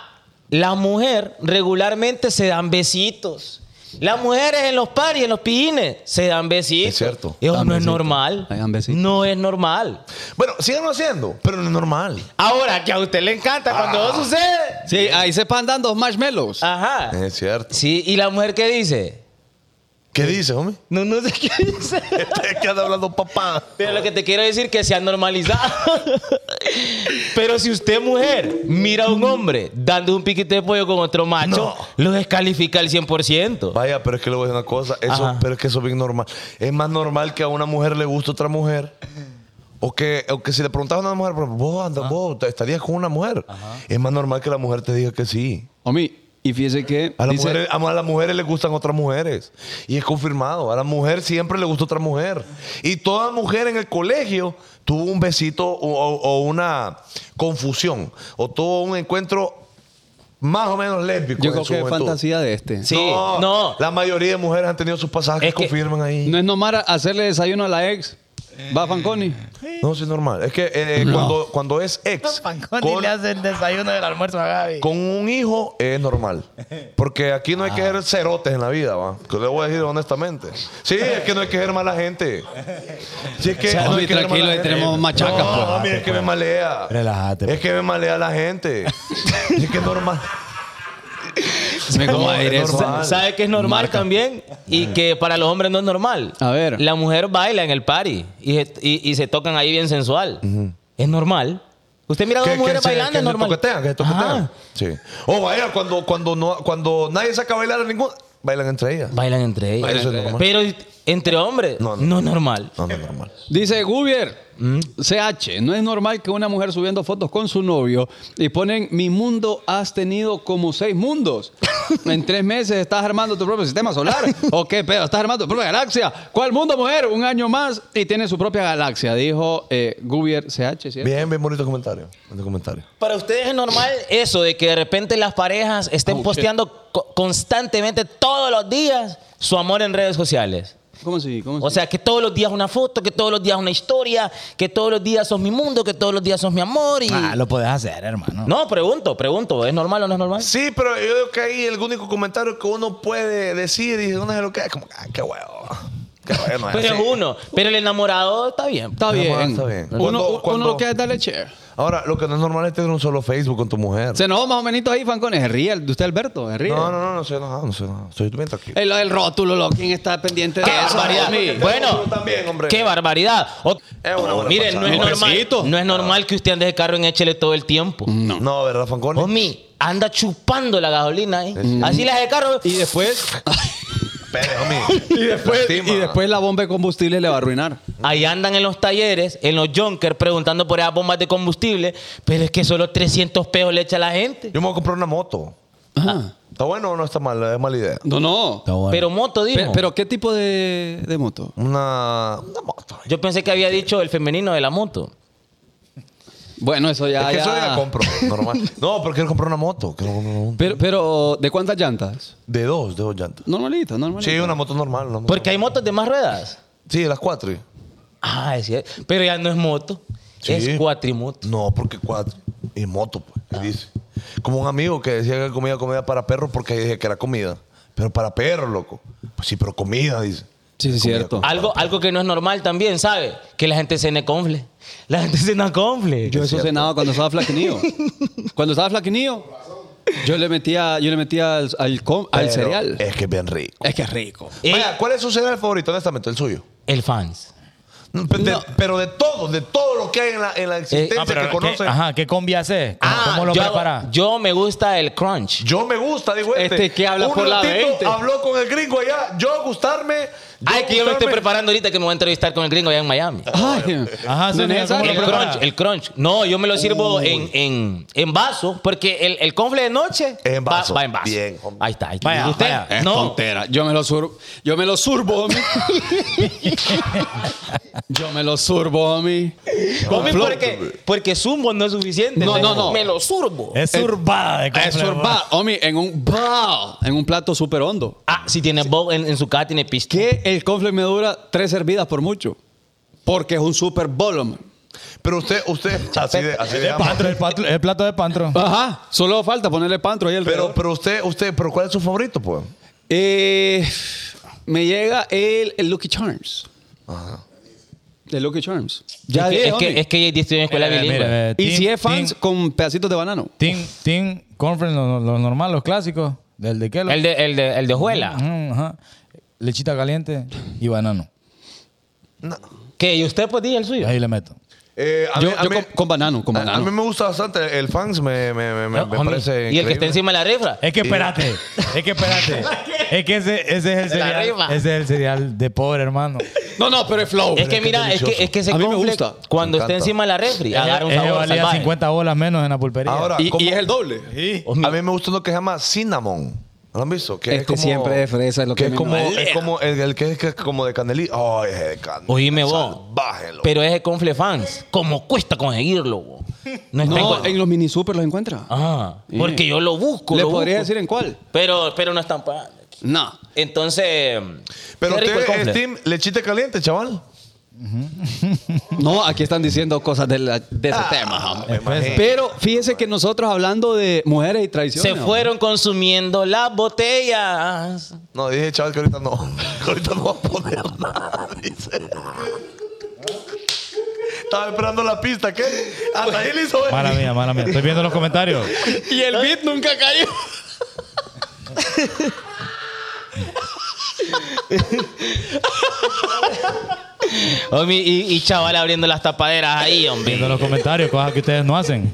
A: La mujer regularmente se dan besitos. Las mujeres en los paris, en los pillines, se dan besitos.
B: Es cierto.
A: Eso
C: Dan
A: no es
C: besitos.
A: normal.
C: Ahí dan besitos.
A: No es normal.
B: Bueno, síganlo haciendo, pero no es normal.
A: Ahora, que a usted le encanta cuando
B: Ah.
A: eso sucede.
C: Sí, ahí se pandan dos marshmallows.
A: Ajá.
B: Es cierto.
A: Sí, ¿y la mujer qué dice?
B: ¿Qué dice, homie?
A: No, no sé qué dice.
B: (laughs) Este que anda hablando papá.
A: Pero lo que te quiero decir que se ha normalizado. (laughs) Pero si usted, mujer, mira a un hombre dando un piquete de pollo con otro macho, lo descalifica al 100%.
B: Vaya, pero es que le voy a decir una cosa. Eso,
A: Ajá.
B: pero es que eso es bien normal. Es más normal que a una mujer le guste otra mujer. O que, o que si le preguntas a una mujer, pero vos, andas, vos te- estarías con una mujer. Es más normal que la mujer te diga que sí.
C: Homie, y fíjese que.
B: A las,
C: dice-
B: mujeres, a las mujeres les gustan otras mujeres. Y es confirmado. A la mujer siempre le gusta otra mujer. Y toda mujer en el colegio tuvo un besito o, o- o una confusión. O tuvo un encuentro más o menos lésbico.
C: yo
B: en
C: creo
B: su
C: que es
B: juventud.
C: fantasía de este.
A: Sí,
B: no,
A: no.
B: La mayoría de mujeres han tenido sus pasajes que,
A: Es que-
B: confirman ahí.
C: No es nomás a- hacerle desayuno a la ex. Va Fanconi.
B: No, sí es normal. Es que eh, cuando, cuando es ex. con-
D: hace el desayuno del almuerzo a Gaby.
B: Con un hijo es normal. Porque aquí no hay que
C: Ah.
B: ser cerotes en la vida, va. Que le voy a decir honestamente. Sí, es que no hay que ser mala gente. Sí, es que
C: sea,
B: no
C: hombre,
B: hay que ser
C: tranquilo,
B: mala
C: ahí
B: gente.
C: tenemos machacas,
B: No,
C: pues.
B: mami, es que me malea.
D: Relájate, pues.
B: Es que me malea la gente. es que es normal.
C: Me como a
B: es
C: ir eso.
B: normal.
A: ¿Sabe que es normal
C: Marca.
A: también? Y que para los hombres no es normal.
C: A ver.
A: La mujer baila en el party y, se- y- y se tocan ahí bien sensual. Es normal. Usted mira a
B: Que-
A: dos
B: que
A: mujeres
B: se-
A: bailando,
B: que
A: es
B: se
A: normal. Ah,
B: toquetean, que se toquetean.
A: Ajá.
B: Sí. O vaya, cuando, cuando, no, cuando nadie saca a bailar a ninguno, bailan entre ellas.
A: Bailan entre ellas.
B: Eso es normal.
A: Pero entre hombres,
B: No,
A: no,
B: no.
A: es normal.
B: No, no (laughs) es normal.
C: Dice Gubier,
B: Mm.
C: CH, no es normal que una mujer subiendo fotos con su novio y ponen mi mundo has tenido como
B: (laughs)
C: seis mundos. en tres meses estás armando tu propio sistema solar. ¿O qué pedo? Estás armando tu propia galaxia. ¿Cuál mundo, mujer? Un año más y tiene su propia galaxia, dijo eh, Gubier CH, ¿cierto?
B: Bien, bien bonito comentario. Bonito comentario.
A: Para ustedes es normal eso de que de repente las parejas estén
C: Oh, shit.
A: posteando co- constantemente todos los días su amor en redes sociales.
C: ¿Cómo así? ¿Cómo
A: O
C: así?
A: sea, que todos los días una foto, que todos los días una historia, que todos los días sos mi mundo, que todos los días sos mi amor. Y...
D: Ah, lo podés hacer, hermano.
A: No, pregunto, pregunto. ¿Es normal o no es normal?
B: Sí, pero yo creo que ahí el único comentario que uno puede decir y uno se lo queda es como, ah, qué huevo. Qué huevo, no es
A: Pero es
B: así.
A: uno. Pero el enamorado está bien.
C: Está
B: Mi
C: bien.
B: amor, está bien.
C: Uno,
B: Cuando-
C: uno
B: cuando-
C: lo que hace es darle share.
B: Ahora, lo que no es normal es tener un solo Facebook con tu mujer.
C: Se nos más o menos ahí, Fancones. Se ríe el- de usted, Alberto. Se ríe.
B: No, no, no, no soy enojado, no soy enojado. Estoy bien tranquilo.
C: El, el rótulo, lo, ¿quién está pendiente de
A: ¡Qué
C: eso?
A: barbaridad!
C: homie?
A: Bueno,
B: Tú también, hombre.
A: qué barbaridad. O-
B: Es una buena
A: Miren, no
B: pasada.
A: es,
C: Un
A: normal,
C: besito.
A: no es normal que usted ande de carro en échele todo el tiempo.
B: No, ¿verdad, Fanconi?
A: Omi, anda chupando la gasolina. ¿eh? Así las de carro.
C: Y después,
B: Espere, homie. y después,
C: y después la bomba de combustible le va a arruinar.
A: Ahí andan en los talleres, en los junkers, preguntando por esas bombas de combustible. Pero es que solo 300 pesos le echa a la gente.
B: Yo me voy a comprar una moto.
C: Ajá.
B: ¿Está bueno o no está mal? Es mala idea.
C: No, no.
D: Está bueno.
A: Pero moto, dijo.
C: Pe- Pero, ¿qué tipo de, de moto?
B: Una, una moto.
A: Yo pensé que había dicho el femenino de la moto.
C: Bueno, eso ya.
B: es que
C: ya.
B: eso yo la compro, normal. No, pero quiero comprar una moto. Quiero comprar una moto.
C: Pero, pero, ¿de cuántas llantas?
B: De dos, de dos llantas.
C: Normalito, normalito.
B: Sí, una moto normal. una moto
A: Porque hay motos de más ruedas.
B: Sí, las cuatro.
A: Ah, es cierto. Pero ya no es moto.
B: Sí.
A: Es cuatrimoto.
B: No, porque cuatro. Y moto, pues, ¿qué dice. Como un amigo que decía que comía comida para perros porque dije que era comida. Pero para perros, loco. Pues sí, pero comida, dice.
C: Sí,
B: Comida, Ah,
C: sí, cierto.
B: comida.
A: Algo, algo que no es normal también, ¿sabe? Que la gente cene confle. La gente cena confle.
C: Yo eso cenaba cuando estaba flaquinillo. cuando estaba flaquinillo, yo le metía, yo le metía al, al com- al
B: Pero eh,
C: cereal.
B: Es que es bien rico.
C: Es que es rico.
A: Eh,
B: Vaya, ¿cuál es su cereal favorito, honestamente? El suyo.
A: el fans.
B: No, pe- de-
C: No.
B: pero de todo, de todo lo que hay en la, en la existencia
D: Ah, pero
B: que conoce.
D: ¿qué, ajá, ¿qué combi haces? ¿Cómo, Ah, cómo lo
A: Ah, yo,
D: preparas?
A: yo me gusta el crunch.
B: Yo me gusta, digo este.
C: Este que habla
B: Un
C: por la
B: ratito
C: 20.
B: habló con el gringo allá. Yo gustarme. yo
A: Ay, que yo me estoy
B: gustarme.
A: preparando ahorita que me voy a entrevistar con el gringo allá en Miami.
C: Ay,
D: Ajá,
C: no es
D: Sonia,
C: necesario.
D: ¿cómo
A: El
D: lo prepara?
A: crunch, el crunch. No, yo me lo sirvo en, en, en vaso, porque el, el confle de noche
B: Es en
A: va-
B: vaso.
A: Va, en vaso.
B: Bien, hombre.
A: ahí está. Ahí está.
D: Vaya,
A: ¿Y usted?
D: vaya.
C: Es
A: No.
C: tontera. Yo me lo surbo. Yo me lo surbo, homie. yo me lo surbo, homie.
A: Homie,
C: Flow.
A: porque, porque zumbo no es suficiente.
C: No, no, no.
A: Me lo surbo.
D: Es urbada de
C: Es surba, homie, en un bao, en un plato súper hondo.
A: Ah, si tiene bowl en, en su casa, tiene pisto.
C: Que el confle me dura tres servidas por mucho. Porque es un super bowl, homie.
B: Pero usted, usted, así de, así de
D: El,
B: ama.
D: pantro, el, patro- el plato de pantro.
C: Ajá. Solo falta ponerle pantro ahí al
B: Pero, pero usted, usted, pero ¿cuál es su favorito, pues?
C: Eh, me llega el, el Lucky Charms. El Lucky Charms. Ya
A: es,
C: dije,
A: que, es,
C: homie.
A: que, es que ella estudió en escuela
D: Eh,
A: bilingüe.
D: mire, eh,
C: y
D: Tim-
C: si es fans,
D: Tim-
C: con pedacitos de banano.
D: Team, team Conference, los lo normal, los clásicos. Del de Kellogg.
A: el, de, el, de, el de Juela.
D: Ujú, ajá. Lechita caliente y banano.
A: ¿Qué? ¿Y usted, pues, diga el suyo?
D: Ahí le meto.
B: Eh, a
C: Yo-
B: mí- a
C: yo
B: mí-
C: con- con banano, con
B: a- A
C: banano.
B: mí me gusta bastante. El fans me, me, me- me-
A: No,
B: me
A: homie.
B: parece.
A: y el que
B: increíble.
A: está encima de la rifa.
C: Eh,
D: Es que espérate, es que espérate. es que ese, ese es el
A: De la
D: cereal.
A: rima.
D: Ese es el cereal de pobre, hermano.
C: No, no, pero es flow.
A: Es que mira, es que, es que ese
C: A mí me
A: confle,
C: gusta. Eh,
A: cuando
B: Me
A: esté
B: encanta.
A: encima de la refri, agarra un
D: Ese
A: sabor
D: valía
A: salvaje.
D: 50 bolas menos en la pulpería.
B: Ahora,
C: Y,
B: ¿cómo-
C: y es el doble.
B: a mí me gusta uno que se llama cinnamon. ¿Lo han visto? Que
C: Este siempre de fresa es lo que
B: es
C: me
B: como,
C: marea.
B: es como el, el que es que- como de canelí. Ay, es de canelí.
A: Oíme vos.
B: Bájelo.
A: Pero ese confle fans, como cuesta conseguirlo, bo. No está en
C: No,
A: cual-
C: en los mini super los encuentra.
A: Ah,
C: Sí.
A: porque yo lo busco.
C: ¿Le
A: lo
C: podría
A: busco.
C: decir en cuál?
A: Pero, pero no están pagando.
C: No.
A: Entonces.
B: Pero
A: qué rico el
B: usted,
A: confle.
B: es Team Lechita Caliente, chaval.
C: No, aquí están diciendo cosas de, la- de ese tema. hombre.
B: imagino.
C: Pero fíjese que nosotros hablando de mujeres y traiciones.
A: se fueron consumiendo las botellas.
B: No, dije, chaval, que ahorita no. (laughs) Que ahorita no va a poner nada, dice. Estaba esperando la pista, ¿qué? Hasta ahí le hizo ver.
D: Mala mía, mala mía. Estoy viendo los comentarios.
C: hombre. Y el beat nunca cayó.
A: Homie, y, y chaval abriendo las tapaderas ahí,
D: Viendo
A: hombre.
D: los comentarios, cosas que ustedes no hacen.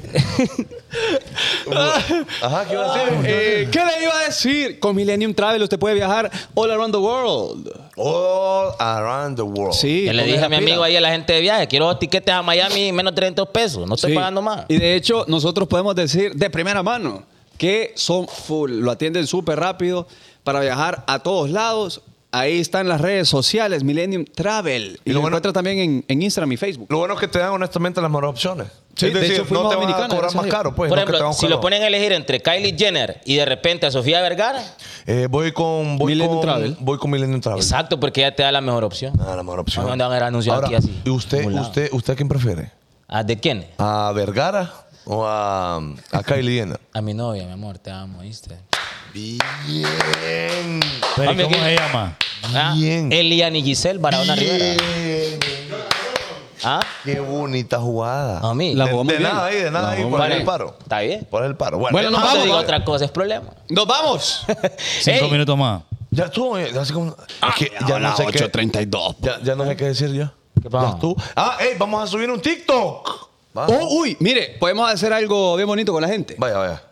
B: Ajá, ¿qué iba a decir?
C: Eh, ¿Qué le iba a decir? Con Millennium Travel usted puede viajar all around the world.
B: Oh, All around the world.
C: Sí.
A: Yo le
C: con
A: dije
C: esa
A: a mi
C: pila.
A: amigo ahí a la gente de viaje, quiero tiquetes a Miami menos 300 pesos, no estoy
C: Sí.
A: pagando más.
C: Y de hecho, nosotros podemos decir de primera mano que son full, lo atienden súper rápido para viajar a todos lados. Ahí están las redes sociales, Millennium Travel. Y,
B: Y lo
C: lo,
B: bueno-
C: encuentras también en, en Instagram y Facebook.
B: Lo bueno es que te dan honestamente las mejores opciones.
C: Sí,
B: es
C: de
B: decir,
C: hecho, fuimos
B: no te
C: a
B: van a
C: Dominicana,
B: cobrar
C: gracias
B: más
C: a Dios.
B: caro, pues.
A: Por
B: no que te van
A: ejemplo,
B: a
A: si lo
B: cobrar.
A: ponen a elegir entre Kylie Jenner y de repente a Sofía Vergara,
B: Eh, voy con. Voy
C: Millennium
B: con,
C: Travel.
B: Voy con Millennium Travel.
A: exacto, porque ella te da la mejor opción.
B: Ah, la mejor opción.
A: ¿A dónde van a ir a anunciar
B: Ahora,
A: aquí así?
B: ¿Y usted,
A: Volado.
B: usted, usted a quién prefiere?
A: ¿Ah, ¿De quién?
B: ¿A Vergara o a, a Kylie Jenner?
A: A mi novia, mi amor, te amo, ¿viste?
B: Bien.
D: Pero, ¿y
A: Hombre,
D: ¿Cómo
A: ¿qué?
D: se llama?
A: Ah,
B: Bien.
A: Elian y Giselle Barahona Rivera.
B: Bien.
A: ¿Ah?
B: Qué bonita jugada.
A: A mí.
C: La
B: de,
C: jugó muy
B: de
C: bien.
B: nada ahí, de nada
C: La
B: ahí.
C: jugó
B: Por
A: muy
B: el
A: bien.
B: paro.
A: Está bien.
B: Por el paro. Bueno,
C: Bueno, nos
A: No te
C: vamos.
A: digo
C: vale.
A: otra cosa, es problema.
C: ¡Nos vamos!
D: Cinco
A: Ey.
D: minutos más.
B: Ya estuvo. eh, Así como,
C: Ah,
B: es que ya no sé qué.
C: 8.32.
B: Ya, ya no sé qué decir yo.
A: ¿Qué pasa?
B: Ya estuvo. Ah, hey, vamos a subir un TikTok. Va.
C: Oh, uy, mire, podemos hacer algo bien bonito con la gente.
B: Vaya, vaya.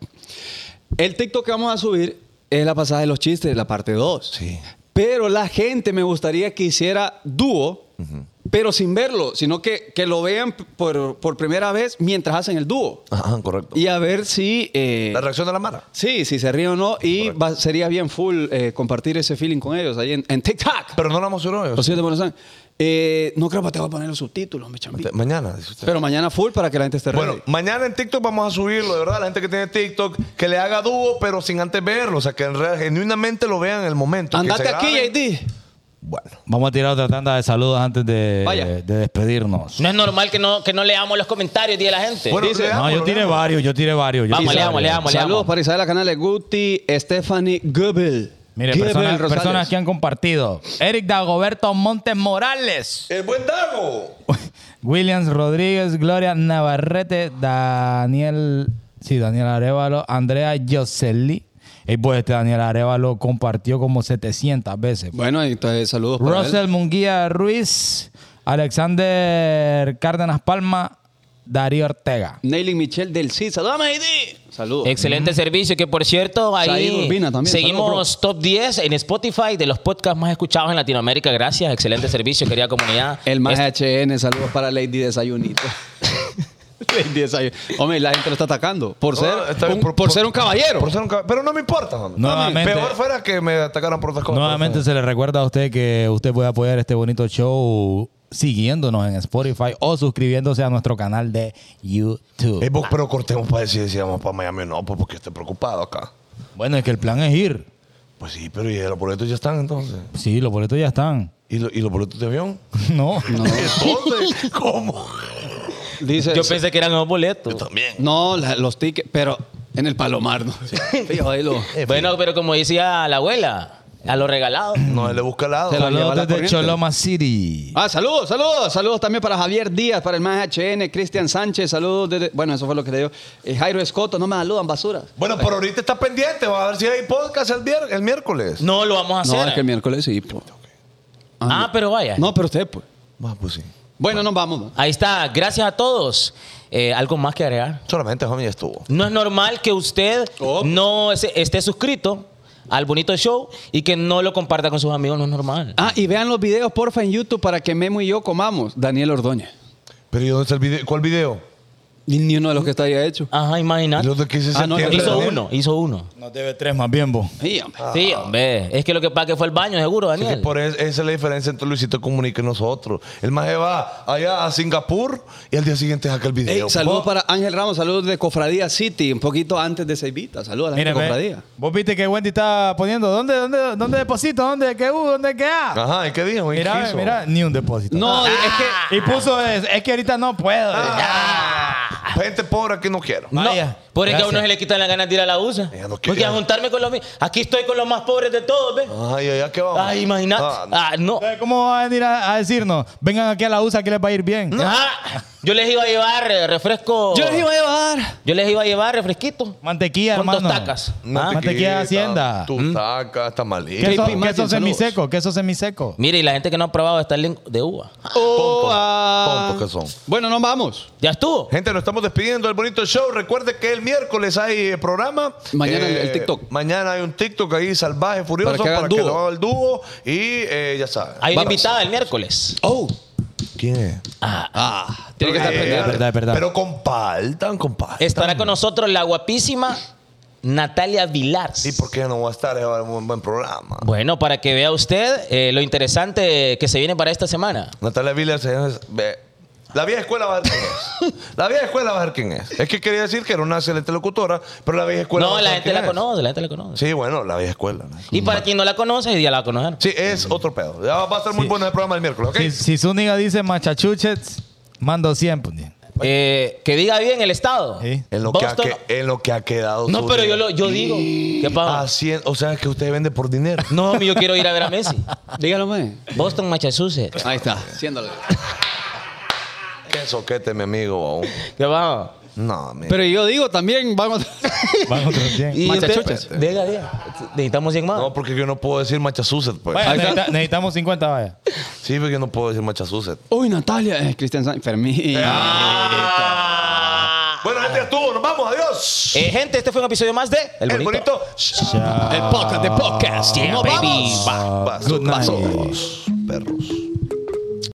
C: El TikTok que vamos a subir es la pasada de los chistes, la parte 2.
B: Sí.
C: Pero la gente me gustaría que hiciera dúo, pero sin verlo, sino que, que lo vean p- por, por primera vez mientras hacen el dúo.
B: Ajá, correcto.
C: Y a ver si... eh,
B: La reacción de la Mara.
C: sí, si se ríen o no. Y va- sería bien full eh, compartir ese feeling con ellos ahí en, en TikTok.
B: Pero no la vamos a subir hoy.
C: Lo siento, Buenos Aires. Eh, no creo que te voy a poner los subtítulos, mi chambito.
B: Te- Mañana, dice usted.
C: Pero mañana full para que la gente esté
B: bueno,
C: ready.
B: mañana en TikTok vamos a subirlo, de verdad, la gente que tiene TikTok, que le haga dúo, pero sin antes verlo, o sea, que en realidad genuinamente lo vean en el momento. que
C: Andate
B: se
C: aquí,
B: graben.
C: JD.
B: Bueno.
D: Vamos a tirar otra tanda de saludos antes de,
C: Vaya.
D: de despedirnos.
A: No es normal que no, que no leamos los comentarios de la gente.
B: Bueno,
C: Dice-
B: leámoslo,
D: No, yo tiré
B: leámoslo.
D: varios, yo tiré varios. yo
A: Vamos,
D: tiré
A: leamos,
D: varios.
A: leamos.
C: Saludos para Isabela Canales Guti, Stephanie Goebel.
D: Mire,
C: Gilbert
D: personas,
C: Rosales.
D: personas que han compartido. Eric Dagoberto Montes Morales. (laughs)
B: ¡El buen Dago!
D: Williams Rodríguez, Gloria Navarrete, Daniel, sí, Daniel Arevalo, Andrea Yoseli. Y pues este Daniel Arevalo compartió como 700 veces.
C: Bueno, entonces saludos para
D: Russell Munguía Ruiz, Alexander Cárdenas Palma, Darío Ortega.
C: él. Neily Michel del CID. Saludos, Maidi. Saludos.
A: Excelente servicio, que por cierto,
C: Said
A: ahí
C: Mm. Urbina también,
A: seguimos
C: saludos,
A: top 10 en Spotify de los podcasts más escuchados en Latinoamérica. Gracias, excelente servicio, querida comunidad.
C: El más
A: Este-
C: HN, saludos para Lady Desayunito. Lady Desayunito. Hombre, la gente lo está atacando por ser,
B: Ah, está bien,
C: un, por, ser un caballero.
B: por ser un cab- Pero no me importa, hombre.
D: Nuevamente-
B: Peor fuera que me atacaran por otras cosas. pues.
D: Nuevamente se le recuerda a usted que usted puede apoyar este bonito show siguiéndonos en Spotify o suscribiéndose a nuestro canal de YouTube.
B: Eh, vos, pero cortemos para decir si vamos para Miami o no, pues porque estoy preocupado acá.
D: Bueno, es que el plan es ir.
B: Pues sí, pero ¿y los boletos ya están entonces?
D: Sí, los boletos ya están. (laughs)
B: ¿Y, lo- y los boletos de avión?
D: No.
B: (laughs)
C: (laughs)
B: Entonces, ¿cómo?
C: Dice,
A: Yo pensé que eran los boletos.
B: También.
C: no, la- los tickets, pero en el Palomar, ¿no? Fijo, ahí lo-
A: Bueno, pero como decía la abuela, a los regalados.
B: No se le busca al lado.
C: Se la- lleva
D: Saludos desde
C: corriente.
D: Choloma City.
C: Ah, saludos, saludos, saludos también para Javier Díaz, para el más HN, Cristian Sánchez, saludos desde- bueno, eso fue lo que te dio. Eh, Jairo Escoto, no me saludan, basura.
B: Bueno, pero ahorita está pendiente. Va a ver si hay podcast el, vier- el miércoles.
A: No lo vamos a hacer.
C: No, es que el miércoles sí. po.
A: Ah,
C: no.
A: pero vaya.
C: No, pero usted, pues.
B: Ah, pues sí.
C: Bueno, nos vamos. ¿no?
A: Ahí está, gracias a todos. Eh, ¿Algo más que agregar?
B: Solamente, homie, ya estuvo.
A: No es normal que usted
C: Oh.
A: no se- esté suscrito al bonito show y que no lo comparta con sus amigos, no es normal.
C: Ah, y vean los videos, porfa, en YouTube para que Memo y yo comamos. Daniel Ordóñez.
B: Pero ¿y dónde está el video? ¿Cuál video?
C: Ni- Ni uno de los que está ahí ha hecho.
A: Ajá,
B: ¿Y
A: imagínate.
B: los de 15 de
C: Ah, no,
B: septiembre?
A: Hizo
B: Daniel?
A: uno, hizo uno.
D: Nos debe tres más bien, vos.
C: Sí, hombre.
A: Sí, hombre. Es que lo que pasa que fue al baño, seguro,
B: Así
A: Daniel.
B: que por eso, esa es la diferencia entre Luisito Comunica y nosotros. El maje va allá a Singapur y al día siguiente saca el
C: Ey,
B: video. Oh.
C: saludos para Ángel Ramos, saludos de Cofradía City, un poquito antes de Ceibita. Saludos a la
D: Mire,
C: gente de
D: ve,
C: Cofradía.
D: vos viste que Wendy está poniendo. ¿Dónde, dónde, dónde deposito? ¿Dónde? ¿Qué U? ¿Dónde qué A?
B: Ajá, ¿y qué dijo? ¿Y qué
D: Mira,
B: hizo?
D: mira, ni un depósito.
C: Ah, No, Ah. es que.
D: Y puso, es, es que ahorita no puedo.
B: Gente pobre que no quiero.
A: No,
D: Vaya.
A: por eso que a
D: Gracias.
A: uno se le quitan las ganas de ir a la USA.
B: Ya no quiero.
A: Porque a juntarme con los míos. Aquí estoy con los más pobres de todos, ¿ves?
B: Ay, ay, ay, ¿qué vamos?
A: Ay, imagínate.
B: Ah, no.
A: Ah, no.
D: Entonces, ¿Cómo va a venir a, a decirnos? Vengan aquí a la USA que les va a ir bien.
A: Ajá. Yo les iba a llevar eh, refresco.
C: Yo les iba a llevar.
A: Yo les iba a llevar refresquito.
D: Mantequilla,
A: Con dos
D: hermano.
A: tacas.
D: Ah, Mantequilla de
C: ah,
D: Hacienda.
C: ¿Mm?
B: Tu taca, está malito.
D: Queso,
C: KP Martin,
D: queso
C: saludos.
D: semiseco, queso semiseco.
A: Mire, y la gente que no ha probado Starlink de uva.
C: Oh, ah.
B: Tontos que son.
C: Bueno, nos vamos.
A: ¿Ya estuvo?
B: Gente, nos estamos despidiendo del bonito show. Recuerde que el miércoles hay eh, programa. Eh,
C: Mañana el- el TikTok.
B: Mañana hay un TikTok ahí salvaje, furioso,
C: Para que
B: para
C: hagan
B: que,
C: dúo.
B: lo haga el dúo. Y eh, ya saben.
A: Hay una
C: Vamos.
A: invitada el miércoles.
C: Oh.
B: ¿Quién es?
C: Ah, tiene que estar
B: Eh,
C: pendiente.
D: verdad, es verdad.
B: Pero compartan, compartan.
A: Estará con nosotros la guapísima Natalia Vilar.
B: ¿Y por qué no va a estar? Es un buen programa.
A: Bueno, para que vea usted eh, lo interesante que se viene para esta semana.
B: Natalia Villa señores, ve, La vieja escuela va a ver quién es. La vieja escuela va a ver quién es. Es que quería decir que era una excelente locutora, pero la vieja escuela. va
A: No,
B: a
A: la
B: saber
A: gente
B: quién
A: la
B: es.
A: conoce, la gente la conoce.
B: Sí, bueno, la vieja escuela. ¿no?
A: Y para quien no la conoce, hoy día la va a conocer.
B: Sí, es otro pedo. Ya va a estar muy bueno el programa del miércoles, ¿ok?
D: Si, si Zúñiga dice Machachuchets, mando 100. pues, ni-
A: Eh, que diga bien el estado.
D: Sí.
B: En, lo que ha,
A: Boston-
B: que- en lo que ha quedado.
A: No,
B: su
A: pero yo, lo,
B: nivel.
A: yo digo. ¿Qué pasa?
B: A 100, o sea, que usted vende por dinero.
A: No, mi, yo quiero ir a ver a Messi.
C: Dígalo, mae.
A: Boston, Massachusetts.
C: Ahí está, haciéndole.
B: (laughs) Qué soquete, mi amigo. aún.
A: ¿Qué pasa?
B: No, mi.
C: Pero yo digo también, vamos.
D: Van otros 100.
A: Y usted-
C: Massachusetts.
A: Diga, diga. Necesitamos 100 más.
B: No, porque yo no puedo decir Massachusetts, pues.
D: Vaya,
C: Ahí está.
D: necesita- necesitamos 50, vaya.
B: Sí, porque yo no puedo decir Massachusetts.
C: (laughs) Uy, Natalia. Eh, Cristian Sánchez. Fermín. Ah.
A: Ah.
B: Bueno, gente, ya estuvo. Nos vamos. Adiós.
A: Eh, gente, este fue un episodio más de
B: El, bonito.
C: El podcast de podcast.
A: Yeah,
C: Nos
A: baby.
C: vamos.
B: Pasos,
D: Ah, Good night.
B: pasos, perros.